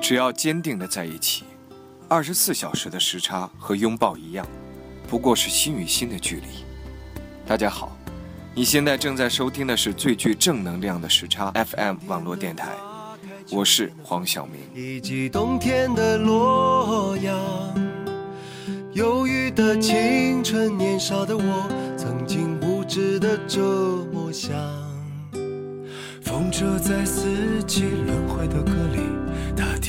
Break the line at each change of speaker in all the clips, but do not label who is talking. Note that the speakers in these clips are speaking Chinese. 只要坚定的在一起，二十四小时的时差和拥抱一样，不过是心与心的距离。大家好，你现在正在收听的是最具正能量的时差 FM 网络电台，我是黄晓明。
以及冬天的洛阳，忧郁的青春，年少的我，曾经无知的这么想。风车在四季轮回的歌里，它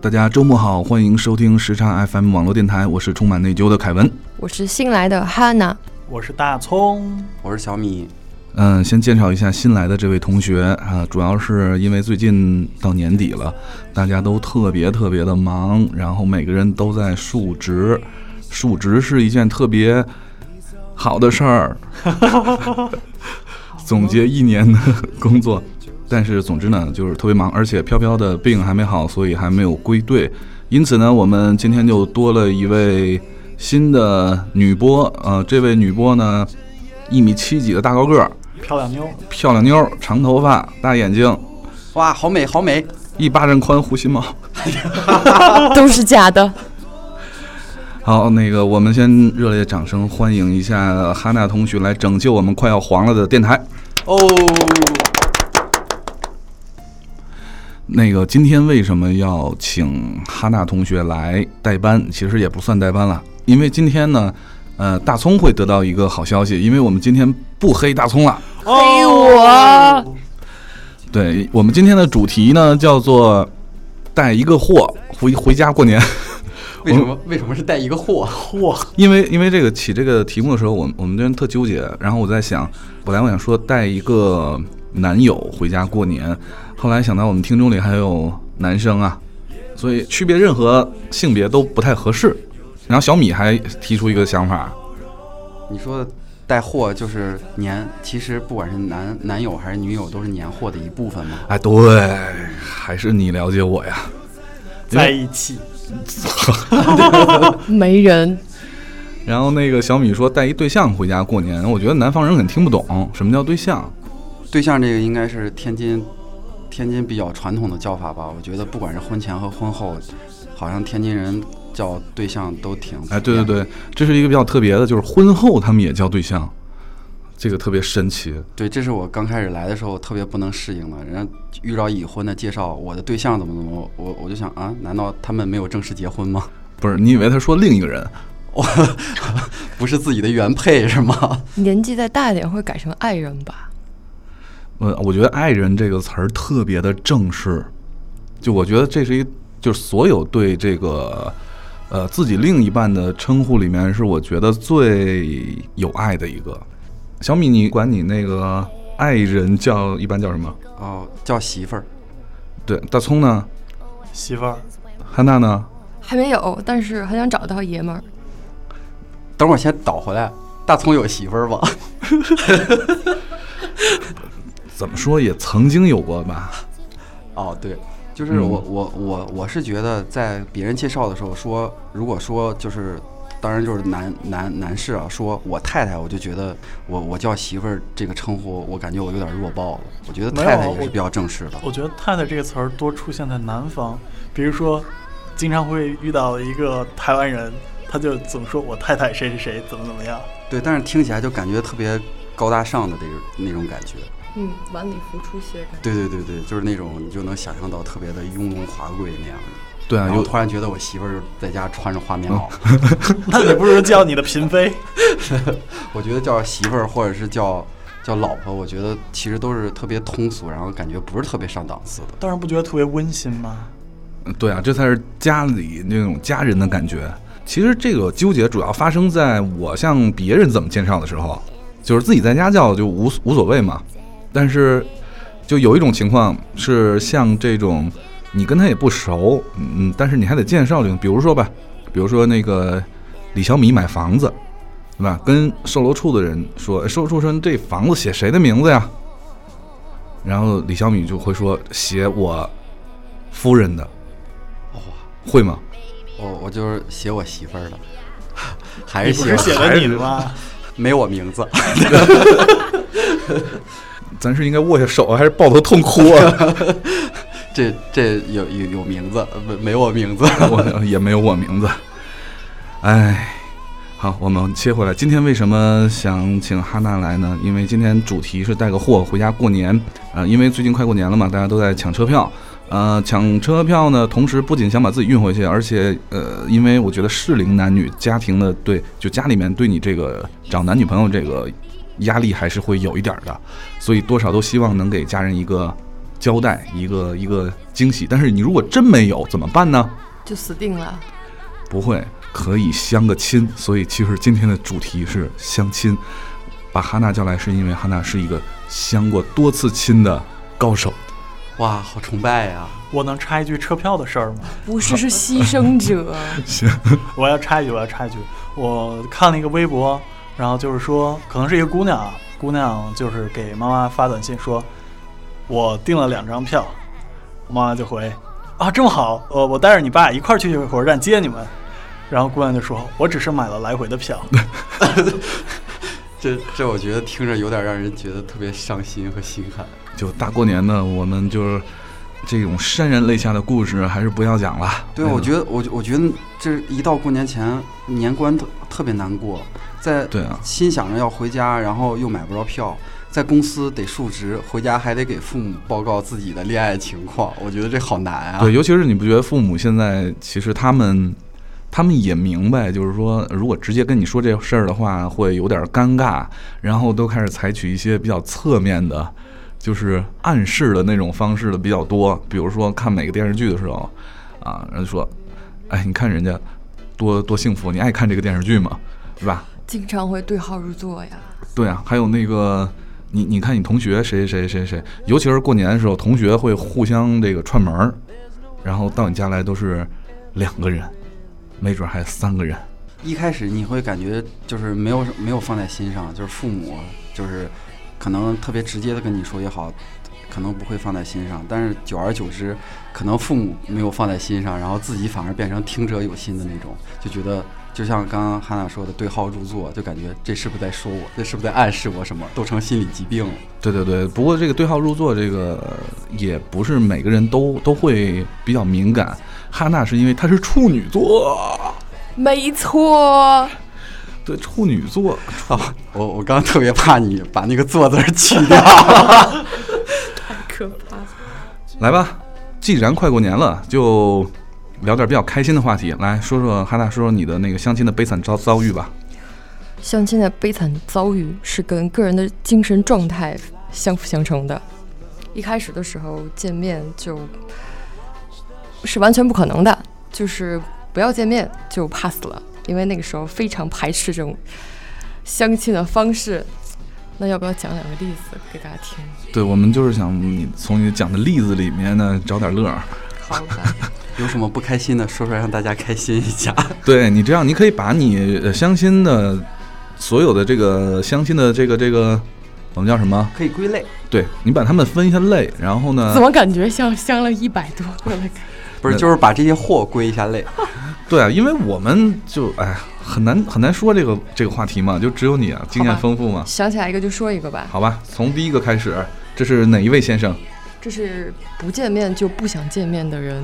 大家周末好，欢迎收听时差 FM 网络电台，我是充满内疚的凯文。
我是新来的哈 娜，
我是大葱，
我是小米，
嗯，先介绍一下新来的这位同学啊，主要是因为最近到年底了，大家都特别特别的忙，然后每个人都在述职，述职是一件特别好的事儿，总结一年的工作。但是总之呢，就是特别忙，而且飘飘的病还没好，所以还没有归队。因此呢，我们今天就多了一位新的女播，呃，这位女播呢，一米七几的大高个儿，
漂亮妞，
漂亮妞儿，长头发，大眼睛，
哇，好美，好美！
一巴掌宽胡须毛。
都是假的。
好，那个我们先热烈掌声欢迎一下哈娜同学来拯救我们快要黄了的电台。
哦，
那个今天为什么要请哈娜同学来代班？其实也不算代班了，因为今天呢，呃，大葱会得到一个好消息，因为我们今天不黑大葱了。
黑我，
对我们今天的主题呢，叫做带一个货回 回家过年。
为什么
嗯
为什么是带一个货？
嚯，
因为因为这个起这个题目的时候，我们我们这人特纠结。然后我在想，本来我想说带一个男友回家过年，后来想到我们听众里还有男生啊，所以区别任何性别都不太合适。然后小米还提出一个想法，
你说带货就是年，其实不管是男男友还是女友，都是年货的一部分嘛。
哎，对，还是你了解我呀。
在一起，
没人。
然后那个小米说带一对象回家过年，我觉得南方人很听不懂什么叫对象。
对象这个应该是天津，天津比较传统的叫法吧。我觉得不管是婚前和婚后，好像天津人叫对象都挺
哎，对对对，这是一个比较特别的，就是婚后他们也叫对象，这个特别神奇。
对，这是我刚开始来的时候特别不能适应的。人家遇到已婚的介绍我的对象怎么怎么，我我就想啊，难道他们没有正式结婚吗？
不是，你以为他说另一个人？
我 不是自己的原配是吗？
年纪再大一点会改成爱人吧？
呃，我觉得“爱人”这个词儿特别的正式，就我觉得这是一，就是所有对这个，呃，自己另一半的称呼里面，是我觉得最有爱的一个。小米，你管你那个爱人叫一般叫什么？
哦，叫媳妇儿。
对，大葱呢？
媳妇儿，
汉娜呢？
还没有，但是很想找到爷们儿。
等会儿先倒回来，大葱有媳妇儿吧？
怎么说也曾经有过吧？
哦，对，就是我、我我我是觉得在别人介绍的时候说，如果说就是，当然就是男男男士啊，说我太太，我就觉得我我叫媳妇儿这个称呼，我感觉我有点弱爆了。我觉得
没有
太太也
我
是比较正式的。
我觉得“太太”这个词儿多出现在南方，比如说，经常会遇到一个台湾人，他就总说我太太谁谁谁怎么怎么样，
对，但是听起来就感觉特别高大上的这个那种感觉。
嗯，碗里浮出些感。
对对对对，就是那种你就能想象到特别的雍容华贵那样的。
对啊，
然
有
后突然觉得我媳妇儿在家穿着花棉
哦
袄，
那你不如叫你的嫔妃。
我觉得叫媳妇儿或者是叫叫老婆，我觉得其实都是特别通俗，然后感觉不是特别上档次的。
当然不觉得特别温馨吗？
对啊，这才是家里那种家人的感觉。其实这个纠结主要发生在我向别人怎么介绍的时候，就是自己在家叫就无无所谓嘛。但是，就有一种情况是像这种你跟他也不熟，嗯，但是你还得介绍这个，比如说吧，比如说那个李小米买房子，对吧？跟售楼处的人说，哎售楼处说这房子写谁的名字呀？然后李小米就会说写我夫人的，会吗？
我我就是写我媳妇儿的， 还
你
是
不
写
是
我
写了你的吗？
没我名字。
咱是应该握下手啊还是抱头痛哭啊？
这这有有有名字，没没我名字。
我也没有我名字。哎，好，我们切回来。今天为什么想请哈娜来呢？因为今天主题是带个货回家过年。呃，因为最近快过年了嘛，大家都在抢车票。呃，抢车票呢，同时不仅想把自己运回去，而且呃，因为我觉得适龄男女家庭的对，就家里面对你这个找男女朋友这个压力还是会有一点儿的，所以多少都希望能给家人一个交代，一个一个惊喜。但是你如果真没有怎么办呢？
就死定了。
不会，可以相个亲。所以其实今天的主题是相亲，把哈娜叫来是因为哈娜是一个相过多次亲的高手。
哇，好崇拜呀、
我能插一句车票的事儿吗？
不是，是牺牲者。
行，
我要插一句，我要插一句，我看了一个微博，然后就是说，可能是一个姑娘啊，姑娘就是给妈妈发短信说，我订了两张票，妈妈就回，啊，这么好，我我带着你爸一块儿去火车站接你们，然后姑娘就说，我只是买了来回的票，
这这我觉得听着有点让人觉得特别伤心和心寒。
就大过年的，我们就是这种潸然泪下的故事还是不要讲了。
对，我觉得我我觉得这一到过年前，年关特特别难过，在
对啊
心想着要回家，然后又买不着票，在公司得述职，回家还得给父母报告自己的恋爱情况，我觉得这好难啊。
对，尤其是你不觉得父母现在其实他们，他们也明白，就是说，如果直接跟你说这事儿的话，会有点尴尬，然后都开始采取一些比较侧面的，就是暗示的那种方式的比较多。比如说看每个电视剧的时候，啊，然后就说，哎，你看人家多多幸福，你爱看这个电视剧吗？对吧？
经常会对号入座呀，
对啊，还有那个，你你看你同学谁谁谁谁，尤其是过年的时候，同学会互相这个串门儿，然后到你家来都是两个人，没准还三个人。
一开始你会感觉就是没有没有放在心上，就是父母就是可能特别直接的跟你说也好，可能不会放在心上。但是久而久之，可能父母没有放在心上，然后自己反而变成听者有心的那种，就觉得就像刚刚哈娜说的对号入座，就感觉这是不是在说我，这是不是在暗示我什么，都成心理疾病了。
对对对，不过这个对号入座这个呃也不是每个人都都会比较敏感。哈娜是因为她是处女座，
没错。
对处女座，
啊，我我刚刚特别怕你把那个“座”字儿去掉。
来吧，既然快过年了，就聊点比较开心的话题，来说说哈娜，说说你的那个相亲的悲惨遭遭遇吧。
相亲的悲惨遭遇是跟个人的精神状态相辅相成的。一开始的时候见面就是完全不可能的，就是不要见面就 pass 了，因为那个时候非常排斥这种相亲的方式。那要不要讲两个例子给大家听？
对，我们就是想你从你讲的例子里面呢找点乐儿。
好吧，
有什么不开心的说出来，让大家开心一下。
对你这样，你可以把你呃相亲的所有的这个相亲的这个这个我们叫什么？
可以归类，
对你把他们分一下类，然后呢
怎，么感觉像相了一百多个了？
不是
那
就是把这些货归一下类。
对啊，因为我们就哎呀很难很难说这个这个话题嘛，就只有你啊经验
好吧
丰富嘛。
想起来一个就说一个吧。
好吧，从第一个开始，这是哪一位先生？
这是不见面就不想见面的人，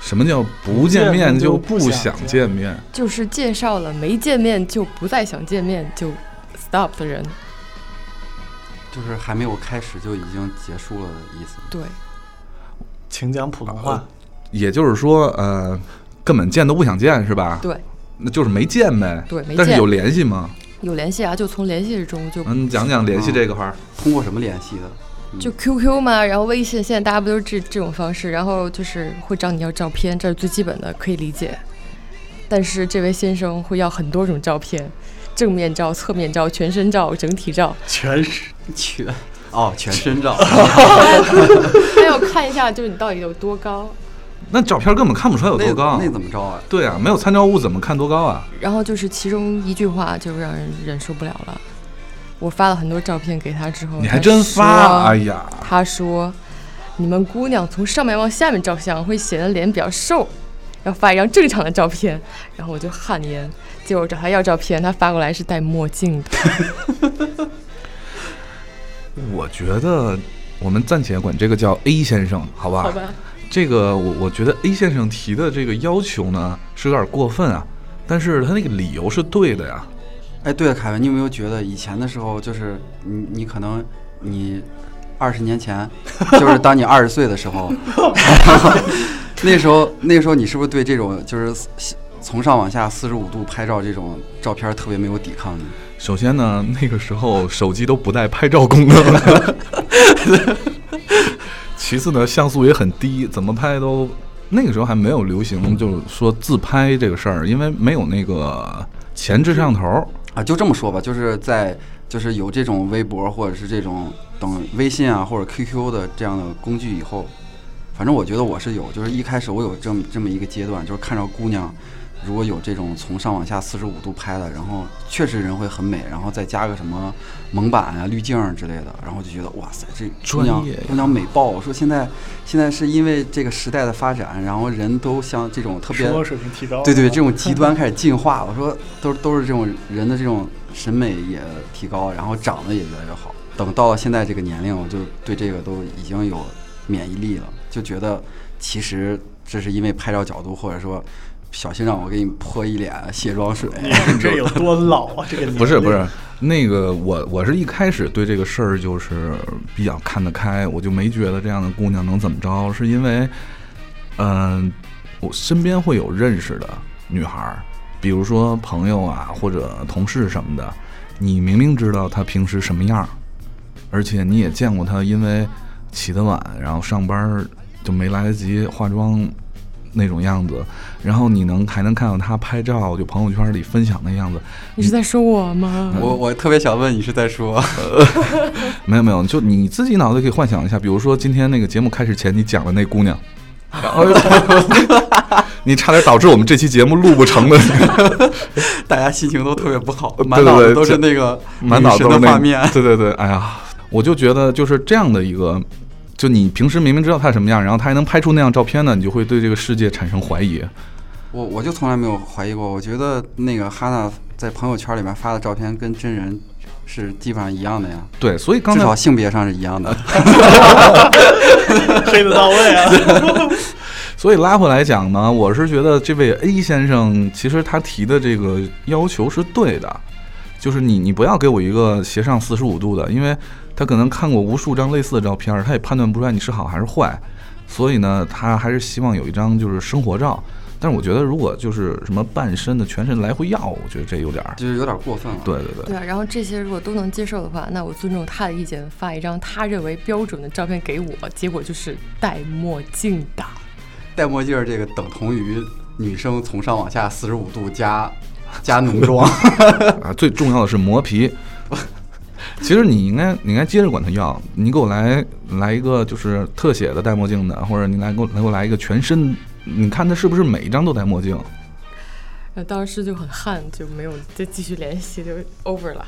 什么叫不见面就不
不
想
想
见
见
面？
就是介绍了没见面就不再想见面就 stop 的人。
就是还没有开始就已经结束了的意思。
对，
请讲普通话。
也就是说，呃，根本见都不想见是吧？
对，
那就是没见呗。
对没
但是
见
有联系吗？
有联系啊，就从联系中就、
嗯，讲讲联系这个块儿。
嗯
通过什么联系的？
就 QQ 嘛，然后微信，现在大家不都是这这种方式，然后就是会找你要照片，这是最基本的，可以理解。但是这位先生会要很多种照片，正面照、侧面照、全身照、整体照，
全是
全哦，全身照。
还有看一下就是你到底有多高，
那照片根本看不出来有
那
多高。
那怎么着啊？
对啊，没有参照物怎么看多高啊？
然后就是其中一句话就让人忍受不了了。我发了很多照片给他之后，
你还真
他
发？
说
哎呀，
他说：“你们姑娘从上面往下面照相会显得脸比较瘦，要发一张正常的照片。”然后我就汗颜，结果我找他要照片，他发过来是戴墨镜的。
我觉得我们暂且管这个叫 A 先生，好吧？
好吧，
这个我我觉得 A 先生提的这个要求呢是有点过分啊，但是他那个理由是对的呀。
哎，对了，凯文，你有没有觉得以前的时候，就是你你可能你二十年前，就是当你二十岁的时候，那时候那时候你是不是对这种就是从上往下四十五度拍照这种照片特别没有抵抗力？
首先呢，那个时候手机都不带拍照功能， 其次呢，像素也很低，怎么拍都那个时候还没有流行，就是说自拍这个事儿，因为没有那个前置摄像头。
啊，就这么说吧，就是在就是有这种微博或者是这种等微信啊或者 QQ 的这样的工具以后，反正我觉得我是有，就是一开始我有这么这么一个阶段，就是看着姑娘如果有这种从上往下四十五度拍的，然后确实人会很美，然后再加个什么蒙版啊、滤镜儿之类的，然后就觉得哇塞，这姑娘
专业呀
姑娘美爆！我说现在现在是因为这个时代的发展，然后人都像这种特别
生活水平提高了，
对
哦
对，这种极端开始进化，我说都都是这种人的这种审美也提高，然后长得也越来越好。等到了现在这个年龄，我就对这个都已经有免疫力了，就觉得其实这是因为拍照角度，或者说小心让我给你泼一脸卸妆 水。
你看 这有多老啊？这个年龄
不是不是，那个我我是一开始对这个事儿就是比较看得开，我就没觉得这样的姑娘能怎么着，是因为，嗯、我身边会有认识的女孩儿，比如说朋友啊或者同事什么的，你明明知道她平时什么样儿，而且你也见过她因为起得晚，然后上班儿就没来得及化妆那种样子，然后你能还能看到她拍照就朋友圈里分享那样子，
你是在说我吗？
我我特别想问你是在说，
没有没有，就你自己脑子可以幻想一下，比如说今天那个节目开始前你讲的那姑 娘，然后 你差点导致我们这期节目录不成的，
大家心情都特别不好，
对
满脑
对
子都是
这
那个
满
女
脑子
神
都是
的
那
画面。
对对对，哎呀，我就觉得就是这样的一个，就你平时明明知道她什么样，然后她还能拍出那样照片呢，你就会对这个世界产生怀疑。
我我就从来没有怀疑过，我觉得那个哈娜在朋友圈里面发的照片跟真人是基本上一样的呀。
对，所以刚
至少
才
性别上是一样 的。
黑的到位啊！
所以拉回来讲呢，我是觉得这位 A 先生其实他提的这个要求是对的，就是你你不要给我一个斜上四十五度的，因为他可能看过无数张类似的照片儿，他也判断不出来你是好还是坏，所以呢，他还是希望有一张就是生活照。但是我觉得如果就是什么半身的、全身来回要，我觉得这有点儿，
就是有点过分了。
对对对
对，啊，然后这些如果都能接受的话，那我尊重他的意见，发一张他认为标准的照片给我，结果就是戴墨镜的。
戴墨镜儿这个等同于女生从上往下四十五度加加浓 妆，
啊，最重要的是磨皮。其实你应该，你应该接着管他要。你给我来来一个就是特写的戴墨镜的，或者你来给我来给我来一个全身，你看他是不是每一张都戴墨镜？
然后当时就很汗，就没有再继续联系，就 over 了。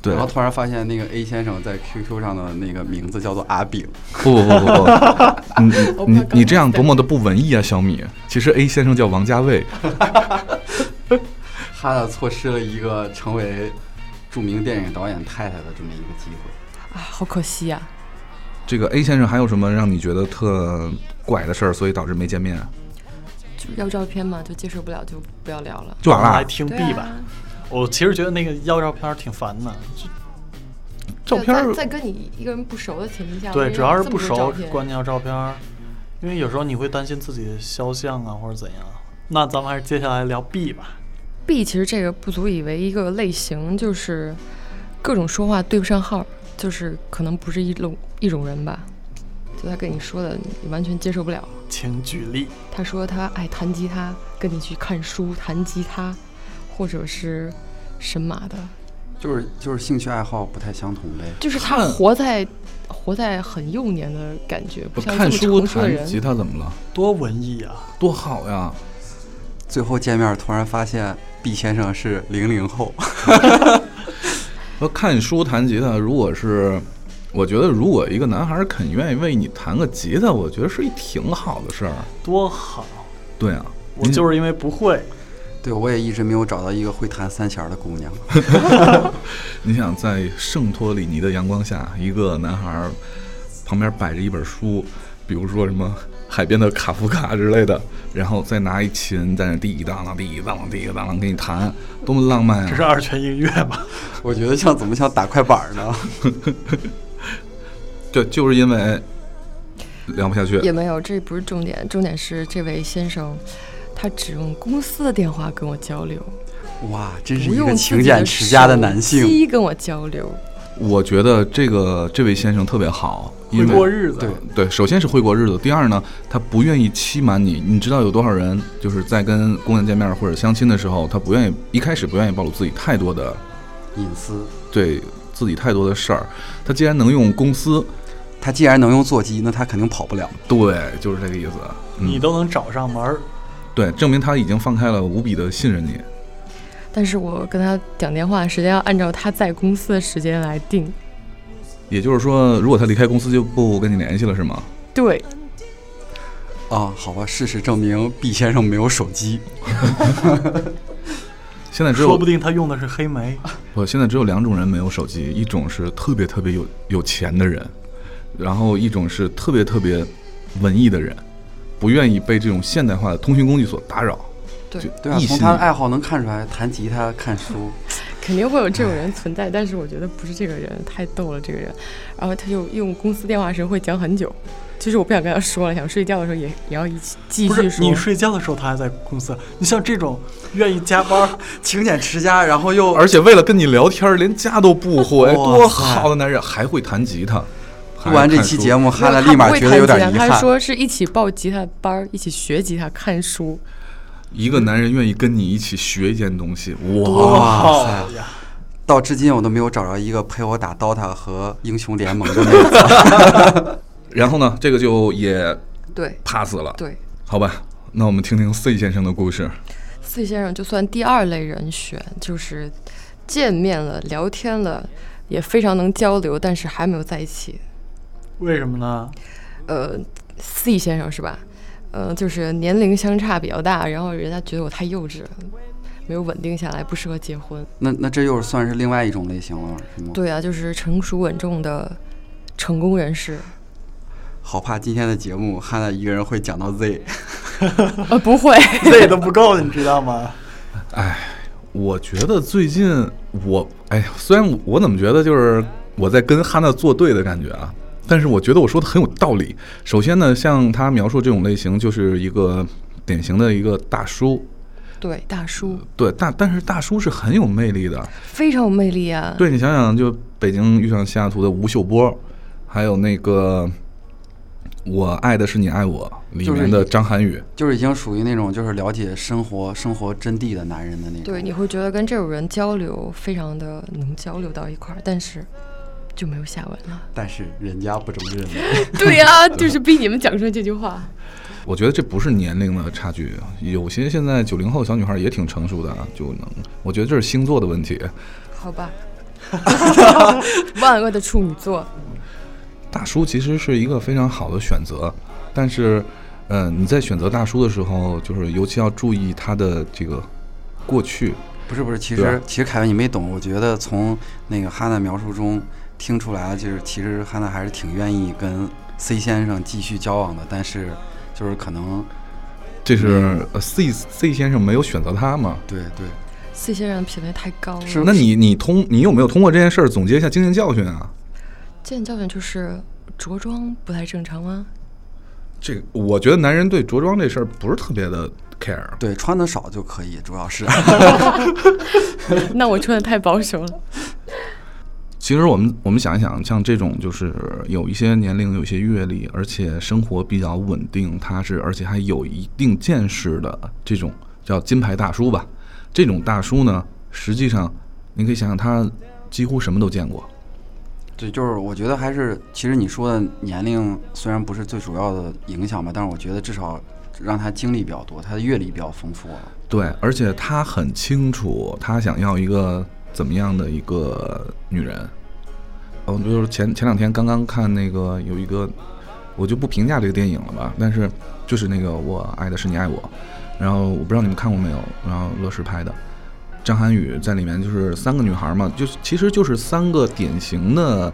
对
然，后突然发现那个 A 先生在 QQ 上的那个名字叫做阿炳，
不不不不不，你你
我怕
你
搞
你这样多么的不文艺啊，小米。其实 A 先生叫王家卫，
哈娜错失了一个成为著名电影导演太太的这么一个机会。
啊，好可惜呀、
这个 A 先生还有什么让你觉得特怪的事儿，所以导致没见面？啊
就是要照片嘛，就接受不了就不要聊了。
就完
来
了，啊
听 B
对
吧。
啊，
我其实觉得那个要照片儿挺烦的，
照片儿
在在跟你一个人不熟的前提下，
对，
因为
主要是
这
不
么多照
熟，
片
关键要照片儿，因为有时候你会担心自己肖像啊或者怎样。那咱们还是接下来聊 B 吧。
B 其实这个不足以为一个类型，就是各种说话对不上号，就是可能不是一种一种人吧。就他跟你说的，你完全接受不了。
请举例，
他说他爱弹吉他，跟你去看书弹吉他，或者是神马的，
就是就是兴趣爱好不太相同呗。
就是他
看
活在活在很幼年的感觉，
不
不像
看
这
书
么成熟的
弹吉
人。
他怎么了？
多文艺啊！
多好呀！
最后见面突然发现毕先生是零零后，
说看书弹吉他，如果是，我觉得如果一个男孩肯愿意为你弹个吉他，我觉得是一挺好的事儿。
多好！
对啊，
我就是因为不会，
对我也一直没有找到一个会弹三弦儿的姑娘。
你想在圣托里尼的阳光下，一个男孩儿旁边摆着一本书，比如说什么海边的卡夫卡之类的，然后再拿一琴在那滴当啷滴当啷滴当啷给你弹，多么浪漫
这是
啊！
二泉映月吧？
我觉得像怎么像打快板儿呢？
对，就是因为聊不下去
也，没有，这不是重点，重点是这位先生，他只用公司的电话跟我交流，
哇，真是
不
一
用
个
自
勤
己
俭持家的
手
男性。
机跟我交流。
我觉得这个这位先生特别好，因
会
为
过日子，
对
对，首先是会过日子，第二呢，他不愿意欺瞒你。你知道有多少人就是在跟姑娘见面或者相亲的时候，他不愿意一开始不愿意暴露自己太多的
隐私，
对自己太多的事儿。他既然能用公司，
他既然能用座机，那他肯定跑不了。
对，就是这个意思。嗯、
你都能找上门儿，
对，证明他已经放开了无比的信任你。
但是我跟他讲电话时间要按照他在公司的时间来定。
也就是说，如果他离开公司就不跟你联系了，是吗？
对，
啊，好吧，事实证明毕先生没有手机。
现在只
说
有
不定他用的是黑莓。
我现在只有两种人没有手机，一种是特别特别有有钱的人，然后一种是特别特别文艺的人，不愿意被这种现代化的通讯工具所打扰。
对
就
对啊
一，
从
心
他的爱好能看出来，弹吉他、看书，
肯定会有这种人存在，但是我觉得不是这个人，太逗了这个人。然后他就用公司电话时会讲很久，就是我不想跟他说了，想睡觉的时候也也要一起继
不
续
是
说。
你睡觉的时候他还在公司，你像这种愿意加班 儿，
勤俭持家，然后又
而且为了跟你聊天，连家都不回，
哇
多好的男人，还会弹吉他。还
录完这
看
期
书
节，
没
目，哈
有
娜
他
立
不
马
会
觉得
弹
有
吉
点
他
遗
他
憾。
说是一起报吉他班儿，一起学吉他、看书。
一个男人愿意跟你一起学一件东西，哇，
多好
塞
呀！
到至今我都没有找着一个陪我打 DOTA 和英雄联盟的那个。
然后呢，这个就也
对
pass 了，
对
好吧？那我们听听 C 先生的故事。
，C 先生就算第二类人选，就是见面了、聊天了，也非常能交流，但是还没有在一起。
为什么呢？
呃，C 先生是吧？呃，就是年龄相差比较大，然后人家觉得我太幼稚了，没有稳定下来，不适合结婚。
那那这又算是另外一种类型了，是吗？
对啊，就是成熟稳重的成功人 士。
好怕今天的节目哈娜一个人会讲到 Z。
呃，不会，
累都不够，你知道吗？
我觉得最近我，哎呀，虽然我我怎么觉得就是我在跟哈娜作对的感觉啊，但是我觉得我说的很有道理。首先呢，像他描述这种类型，就是一个典型的一个大叔，
对，大叔
对大，但是大叔是很有魅力的。
非常有魅力啊。
对你想想，就北京遇上西雅图的吴秀波，还有那个《我爱的是你爱我》里
就是
面的张涵予，
就是已经属于那种就是了解生活生活真谛的男人的那种。
对，你会觉得跟这种人交流非常的能交流到一块儿，但是就没有下文了。
但是人家不这么认 为。
对呀、 就是逼你们讲出来这句话。
我觉得这不是年龄的差距，有些现在九零后小女孩也挺成熟的啊，就能，我觉得这是星座的问题。
好 吧，万恶的处女座，
大叔其实是一个非常好的选择，但是，嗯、你在选择大叔的时候，就是尤其要注意他的这个过去。
不是不是，其
对
实
啊
其实凯文你没懂，我觉得从那个哈娜描述中听出来，就是其实哈娜还是挺愿意跟 C 先生继续交往的，但是就是可能
这是呃 C C 先生没有选择他嘛？
对对，
这些人品味太高了。
那你你通你有没有通过这件事儿总结一下经验教训啊？
见教训就是着装不太正常吗？
这个我觉得男人对着装这事儿不是特别的 care。
对穿的少就可以，主 要是
那我穿的太保守了。
其实我们我们想一想，像这种就是有一些年龄、有一些阅历，而且生活比较稳定踏实，而且还有一定见识的这种叫金牌大叔吧。这种大叔呢，实际上你可以想想他几乎什么都见过。
对，就是我觉得还是，其实你说的年龄虽然不是最主要的影响吧，但是我觉得至少让他经历比较多，他的阅历比较丰富了。
对，而且他很清楚他想要一个怎么样的一个女人。哦，就是前前两天刚刚看那个有一个，我就不评价这个电影了吧，但是就是那个我爱的是你爱我，然后我不知道你们看过没有，然后乐视拍的，张涵予在里面就是三个女孩嘛，就是其实就是三个典型的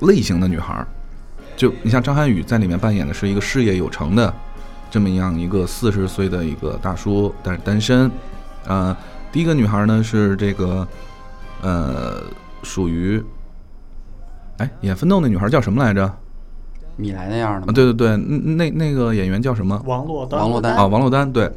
类型的女孩儿，就你像张涵予在里面扮演的是一个事业有成的这么样一个四十岁的一个大叔，但是单身。呃，第一个女孩呢是这个，呃，属于，哎，演《奋斗》那女孩叫什么来着？啊，
米莱那样的嘛，
对对对，那那那个演员叫什么？
王珞丹，
王珞丹
啊，王珞丹对，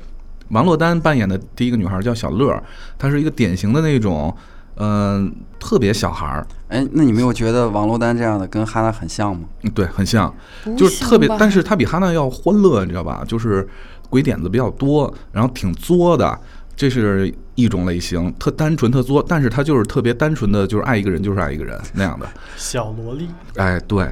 王珞丹扮演的第一个女孩叫小乐儿，她是一个典型的那种，嗯、特别小孩儿，
哎，那你没有觉得王珞丹这样的跟哈娜很像吗？
嗯对，很像，
不
就是
像
特别
吧，
但是他比哈娜要欢乐，你知道吧？就是鬼点子比较多，然后挺作的，这是一种类型，特单纯特作，但是他就是特别单纯的，就是爱一个人就是爱一个人那样的。
小萝莉，
哎，对。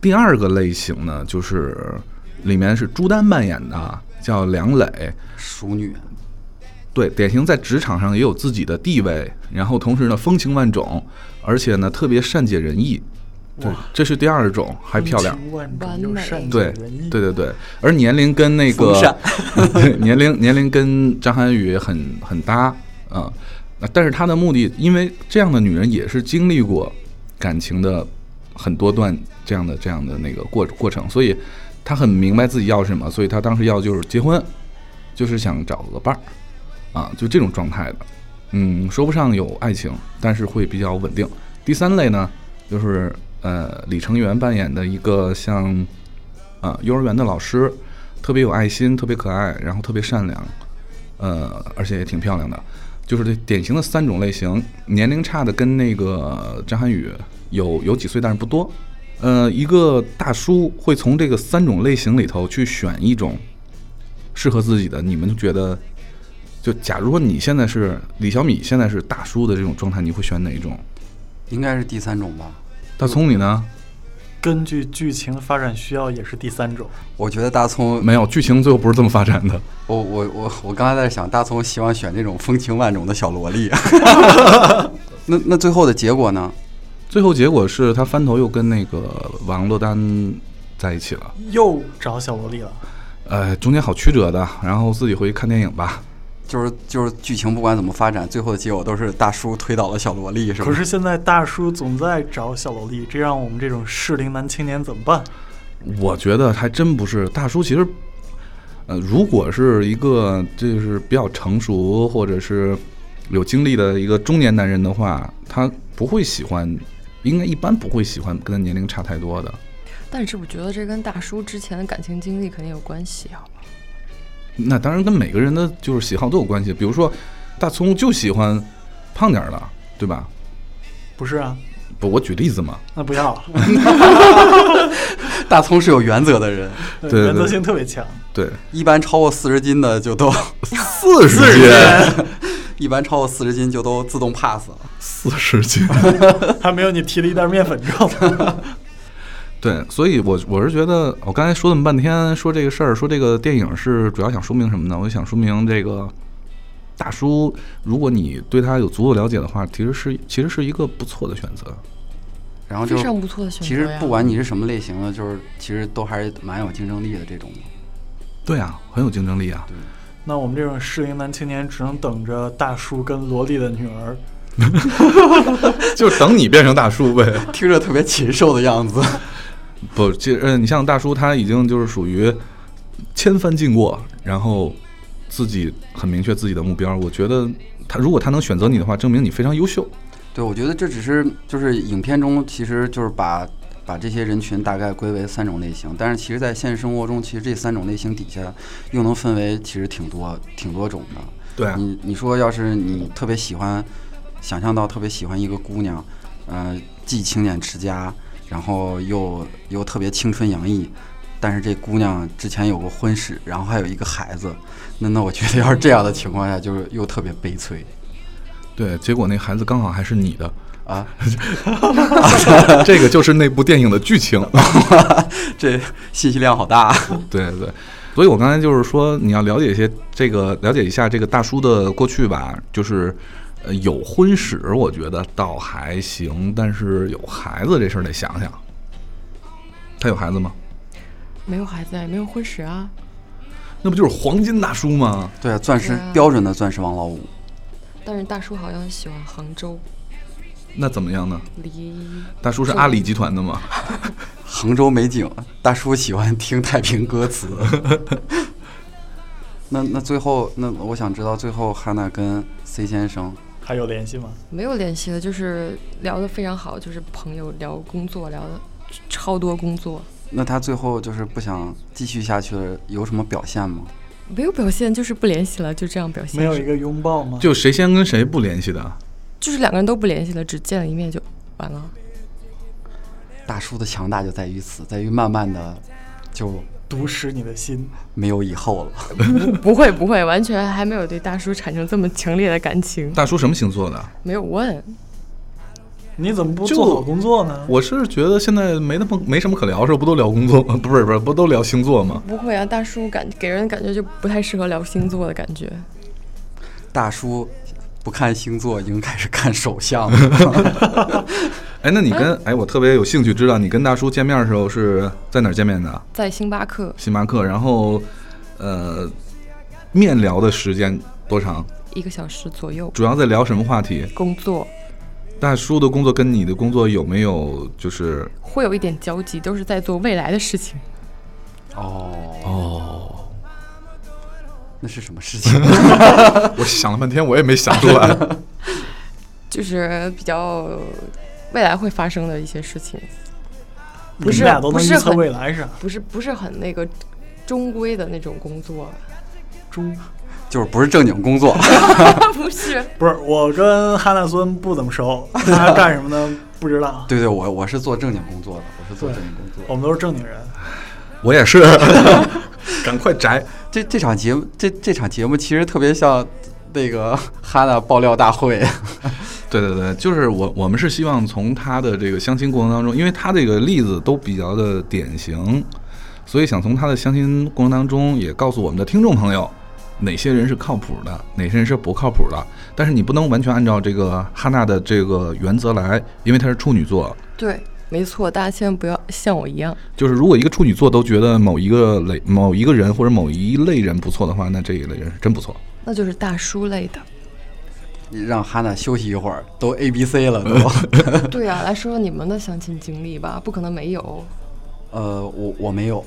第二个类型呢，就是里面是朱丹扮演的，啊叫梁磊，
熟女，
对，典型在职场上也有自己的地位，然后同时呢风情万种，而且呢特别善解人意。对，这是第二种，还漂亮。
风情万
完
种
美
又善解
对
人意，
对对对，而年龄跟那个
风扇
对年龄年龄跟张涵予很很搭啊、那但是她的目的，因为这样的女人也是经历过感情的很多段这样的这样的那个过过程，所以她很明白自己要什么，所以她当时要就是结婚，就是想找个伴儿啊，就这种状态的，嗯，说不上有爱情，但是会比较稳定。第三类呢，就是呃李成元扮演的一个像。啊，幼儿园的老师，特别有爱心，特别可爱，然后特别善良，呃，而且也挺漂亮的，就是这典型的三种类型。年龄差的跟那个张涵予有有几岁，但是不多。呃，一个大叔会从这个三种类型里头去选一种适合自己的。你们觉得，就假如说你现在是李小米，现在是大叔的这种状态，你会选哪一种？
应该是第三种吧？
大葱你呢？
根据剧情的发展需要也是第三种，
我觉得大葱，
没有，剧情最后不是这么发展的。
我我我我刚才在想，大葱希望选这种风情万种的小 萝莉，那那最后的结果呢？
最后结果是他翻头又跟那个王珞丹在一起了，
又找小萝莉了。
呃，中间好曲折的，然后自己回去看电影吧。
就是就是剧情不管怎么发展，最后的结果都是大叔推倒了小萝莉，是吧？
可是现在大叔总在找小萝莉，这让我们这种适龄男青年怎么办？
我觉得还真不是大叔，其实，呃，如果是一个就是比较成熟或者是有经历的一个中年男人的话，他不会喜欢，应该一般不会喜欢跟他年龄差太多的。
但是我觉得这跟大叔之前的感情经历肯定有关系啊。
那当然跟每个人的就是喜好都有关系，比如说大葱就喜欢胖点儿的，对吧？
不是啊，
不，我举例子嘛。
那不要，
大葱是有原则的人，
对
对
原则
对
性特别强。
对，
一般超过四十斤的就都，
四十斤，
一般超过四十斤就都自动 pass 了。
四十斤，
还没有你提了一袋面粉重。
对，所以我我是觉得，我刚才说那么半天，说这个事儿，说这个电影是主要想说明什么呢？我就想说明这个大叔，如果你对他有足够了解的话，其实是其实是一个不错的选择。
然后就
非常不错的选择
其实
呀
不管你是什么类型的，就是其实都还是蛮有竞争力的这种。
对啊，很有竞争力啊。
那我们这种适龄男青年只能等着大叔跟萝莉的女儿。
就等你变成大叔呗。
听着特别禽兽的样子，
不，其实呃，你像大叔，他已经就是属于千帆尽过，然后自己很明确自己的目标。我觉得他如果他能选择你的话，证明你非常优秀。
对我觉得这只是就是影片中其实就是把把这些人群大概归为三种类型，但是其实在现实生活中，其实这三种类型底下又能分为其实挺多挺多种的。
对啊
你你说，要是你特别喜欢，想象到特别喜欢一个姑娘，呃，既清简持家，然后又又特别青春洋溢，但是这姑娘之前有过婚史，然后还有一个孩子，那那我觉得要是这样的情况下，就是又特别悲催。
对，结果那孩子刚好还是你的，
啊，
这个就是那部电影的剧情。
这信息量好大。啊
对对，所以我刚才就是说，你要了解一些这个，了解一下这个大叔的过去吧，就是。呃，有婚史，我觉得倒还行，但是有孩子这事儿得想想。他有孩子吗？
没有孩子，也没有婚史啊。
那不就是黄金大叔吗？
对，钻石
对啊
标准的钻石王老五，
但是大叔好像喜欢杭州，
那怎么样呢？
离
大叔是阿里集团的吗？
杭州美景，大叔喜欢听太平歌词。 那那最后，那我想知道最后汉娜跟 C 先生，
还有联系吗？
没有联系了，就是聊得非常好，就是朋友聊工作聊的超多工作，
那他最后就是不想继续下去了，有什么表现吗？
没有表现就是不联系了，就这样表现，
没有一个拥抱吗？
就谁先跟谁不联系的？
就是两个人都不联系了，只见了一面就完了。
大叔的强大就在于此，在于慢慢的就
毒食你的心，
没有以后了。
不会不会，完全还没有对大叔产生这么强烈的感情，
大叔什么星座的？
没有问。
你怎么不
就
做好工作呢？
我是觉得现在没那么没什么可聊，是不都聊工作 吗？不是不是，不都聊星座吗？
不会啊，大叔感给人感觉就不太适合聊星座的感觉。
大叔不看星座，已经开始看手相了。
哎，那你跟哎，我特别有兴趣知道你跟大叔见面的时候是在哪儿见面的？
在星巴克
星巴克。然后，呃，面聊的时间多长？
一个小时左右，
主要在聊什么话题？
工作
大叔的工作跟你的工作有没有就是
会有一点交集，都是在做未来的事情。
哦，
哦？
那是什么事情？啊
我想了半天，我也没想出来。
就是比较未来会发生的一些事情，不
你们
是
俩都能
不
预
是
测
很
未来是吧
不是不是很那个中规的那种工作，
中
就是不是正经工作。
不是
不是我跟哈纳孙不怎么 熟，他干什么的不知道。
对对，我我是做正经工作的，我是做正经工作的。
我们都是正经人，
我也是，赶快摘。
这这场节目，这这场节目其实特别像那个哈娜爆料大会，
对对对，就是我我们是希望从他的这个相亲过程当中，因为他这个例子都比较的典型，所以想从他的相亲过程当中也告诉我们的听众朋友，哪些人是靠谱的，哪些人是不靠谱的。但是你不能完全按照这个哈娜的这个原则来，因为她是处女座，
对，没错，大家千万不要像我一样，
就是如果一个处女座都觉得某一个类某一个人或者某一类人不错的话，那这一类人是真不错。
那就是大叔类 的。
让哈娜休息一会儿，都 A B C 了都。
对啊，来说说你们的相亲经历吧，不可能没有。
呃，我我没有，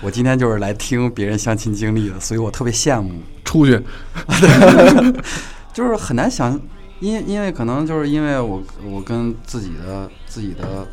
我今天就是来听别人相亲经历的，所以我特别羡慕，
出去，
就是很难想，因因为可能就是因为我我跟自己的自己的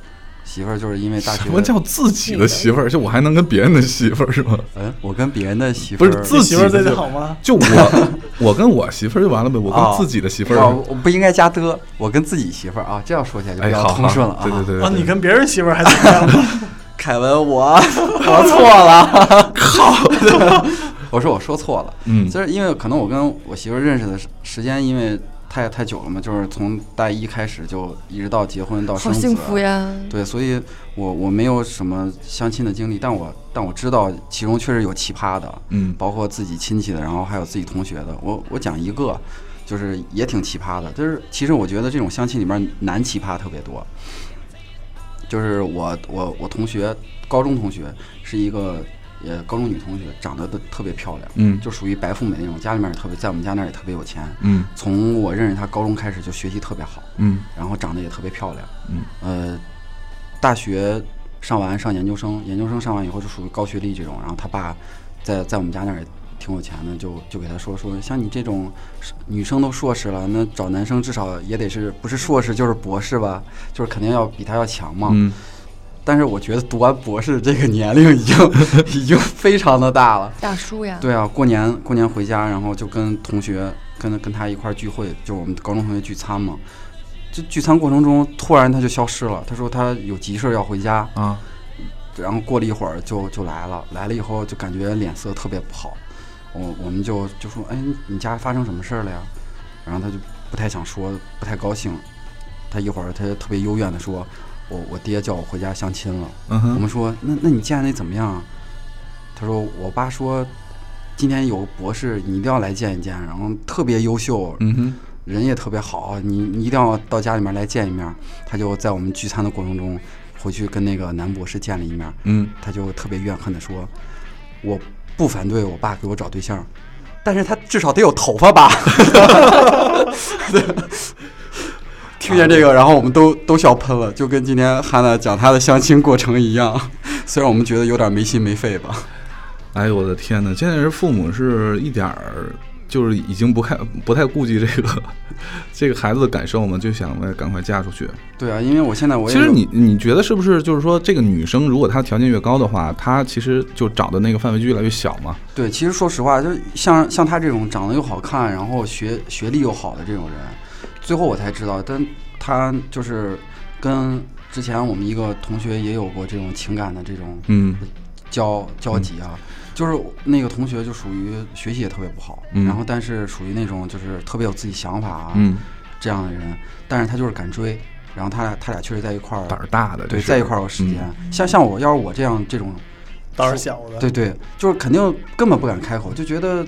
媳妇儿，就是因为大学
什么叫自己的媳妇儿？就我还能跟别人的媳妇儿是吗？
嗯，我跟别人的呃媳
不
妇儿
是自
你
己
媳妇儿最近好吗？
就我，我跟我媳妇儿就完了呗，我
啊
跟自己的媳妇儿。
哦，我不应该加的，我跟自己媳妇儿啊，这样说起来就比
哎，
较
好，
通
好
顺了啊。
对对对
啊，你
对，
跟别人媳妇儿还怎么样？
凯文，我我错了，靠！ 我说我说错了，
嗯
就是因为可能我跟我媳妇儿认识的时时间，因为太太久了嘛，就是从大一开始就一直到结婚到
好
生子，啊
幸福呀！
对，所以我我没有什么相亲的经历，但我但我知道其中确实有奇葩的，
嗯
包括自己亲戚的，然后还有自己同学的。我我讲一个，就是也挺奇葩的，就是其实我觉得这种相亲里面男奇葩特别多。就是我我我同学，高中同学是一个呃高中女同学，长得都特别漂亮，
嗯
就属于白富美那种，家里面也特别，在我们家那儿也特别有钱。
嗯
从我认识她高中开始就学习特别好，
嗯
然后长得也特别漂亮。
嗯，
呃，大学上完上研究生，研究生上完以后就属于高学历这种。然后他爸在在我们家那儿也挺有钱的，就就给他说说，像你这种是女生都硕士了，那找男生至少也得是不是硕士就是博士吧，就是肯定要比他要强嘛。
嗯，
但是我觉得读完博士这个年龄已经 已经非常的大了。
大叔呀，
对啊，过年过年回家，然后就跟同学跟跟他一块儿聚会，就我们高中同学聚餐嘛。就聚餐过程中，突然他就消失了。他说他有急事儿要回家，
啊，
然后过了一会儿就就来了。来了以后就感觉脸色特别不好，我我们就就说，哎，你家发生什么事儿了呀？然后他就不太想说，不太高兴。他一会儿他特别幽怨的说，我我爹叫我回家相亲了。
嗯
我
哼，
们说，那那你见那怎么样啊？他说，我爸说，今天有博士，你一定要来见一见，然后特别优秀，
嗯哼，
人也特别好，啊你你一定要到家里面来见一面。他就在我们聚餐的过程中，回去跟那个男博士见了一面，
嗯，
他就特别怨恨的说，我不反对我爸给我找对象，但是他至少得有头发吧。 听见这个，然后我们都都笑喷了，就跟今天汉娜讲她的相亲过程一样。虽然我们觉得有点没心没肺吧，
哎呦我的天呐，现在是父母是一点儿就是已经不太不太顾及这个这个孩子的感受嘛，就想哎赶快嫁出去。
对啊，因为我现在我也
其实
有
你你觉得是不是就是说这个女生如果她条件越高的话，她其实就找的那个范围就越来越小嘛？
对，其实说实话，就是像像他这种长得又好看，然后学学历又好的这种人，最后我才知道，但他就是跟之前我们一个同学也有过这种情感的这种
嗯
交交集啊，就是那个同学就属于学习也特别不好，
嗯
然后但是属于那种就是特别有自己想法啊、
嗯，
这样的人，但是他就是敢追，然后他俩他俩确实在一块儿，
胆儿嗯大的
啊对，在一块儿有时间。像像我要是我这样这种
胆儿小的，
对对，就是肯定根本不敢开口，就觉得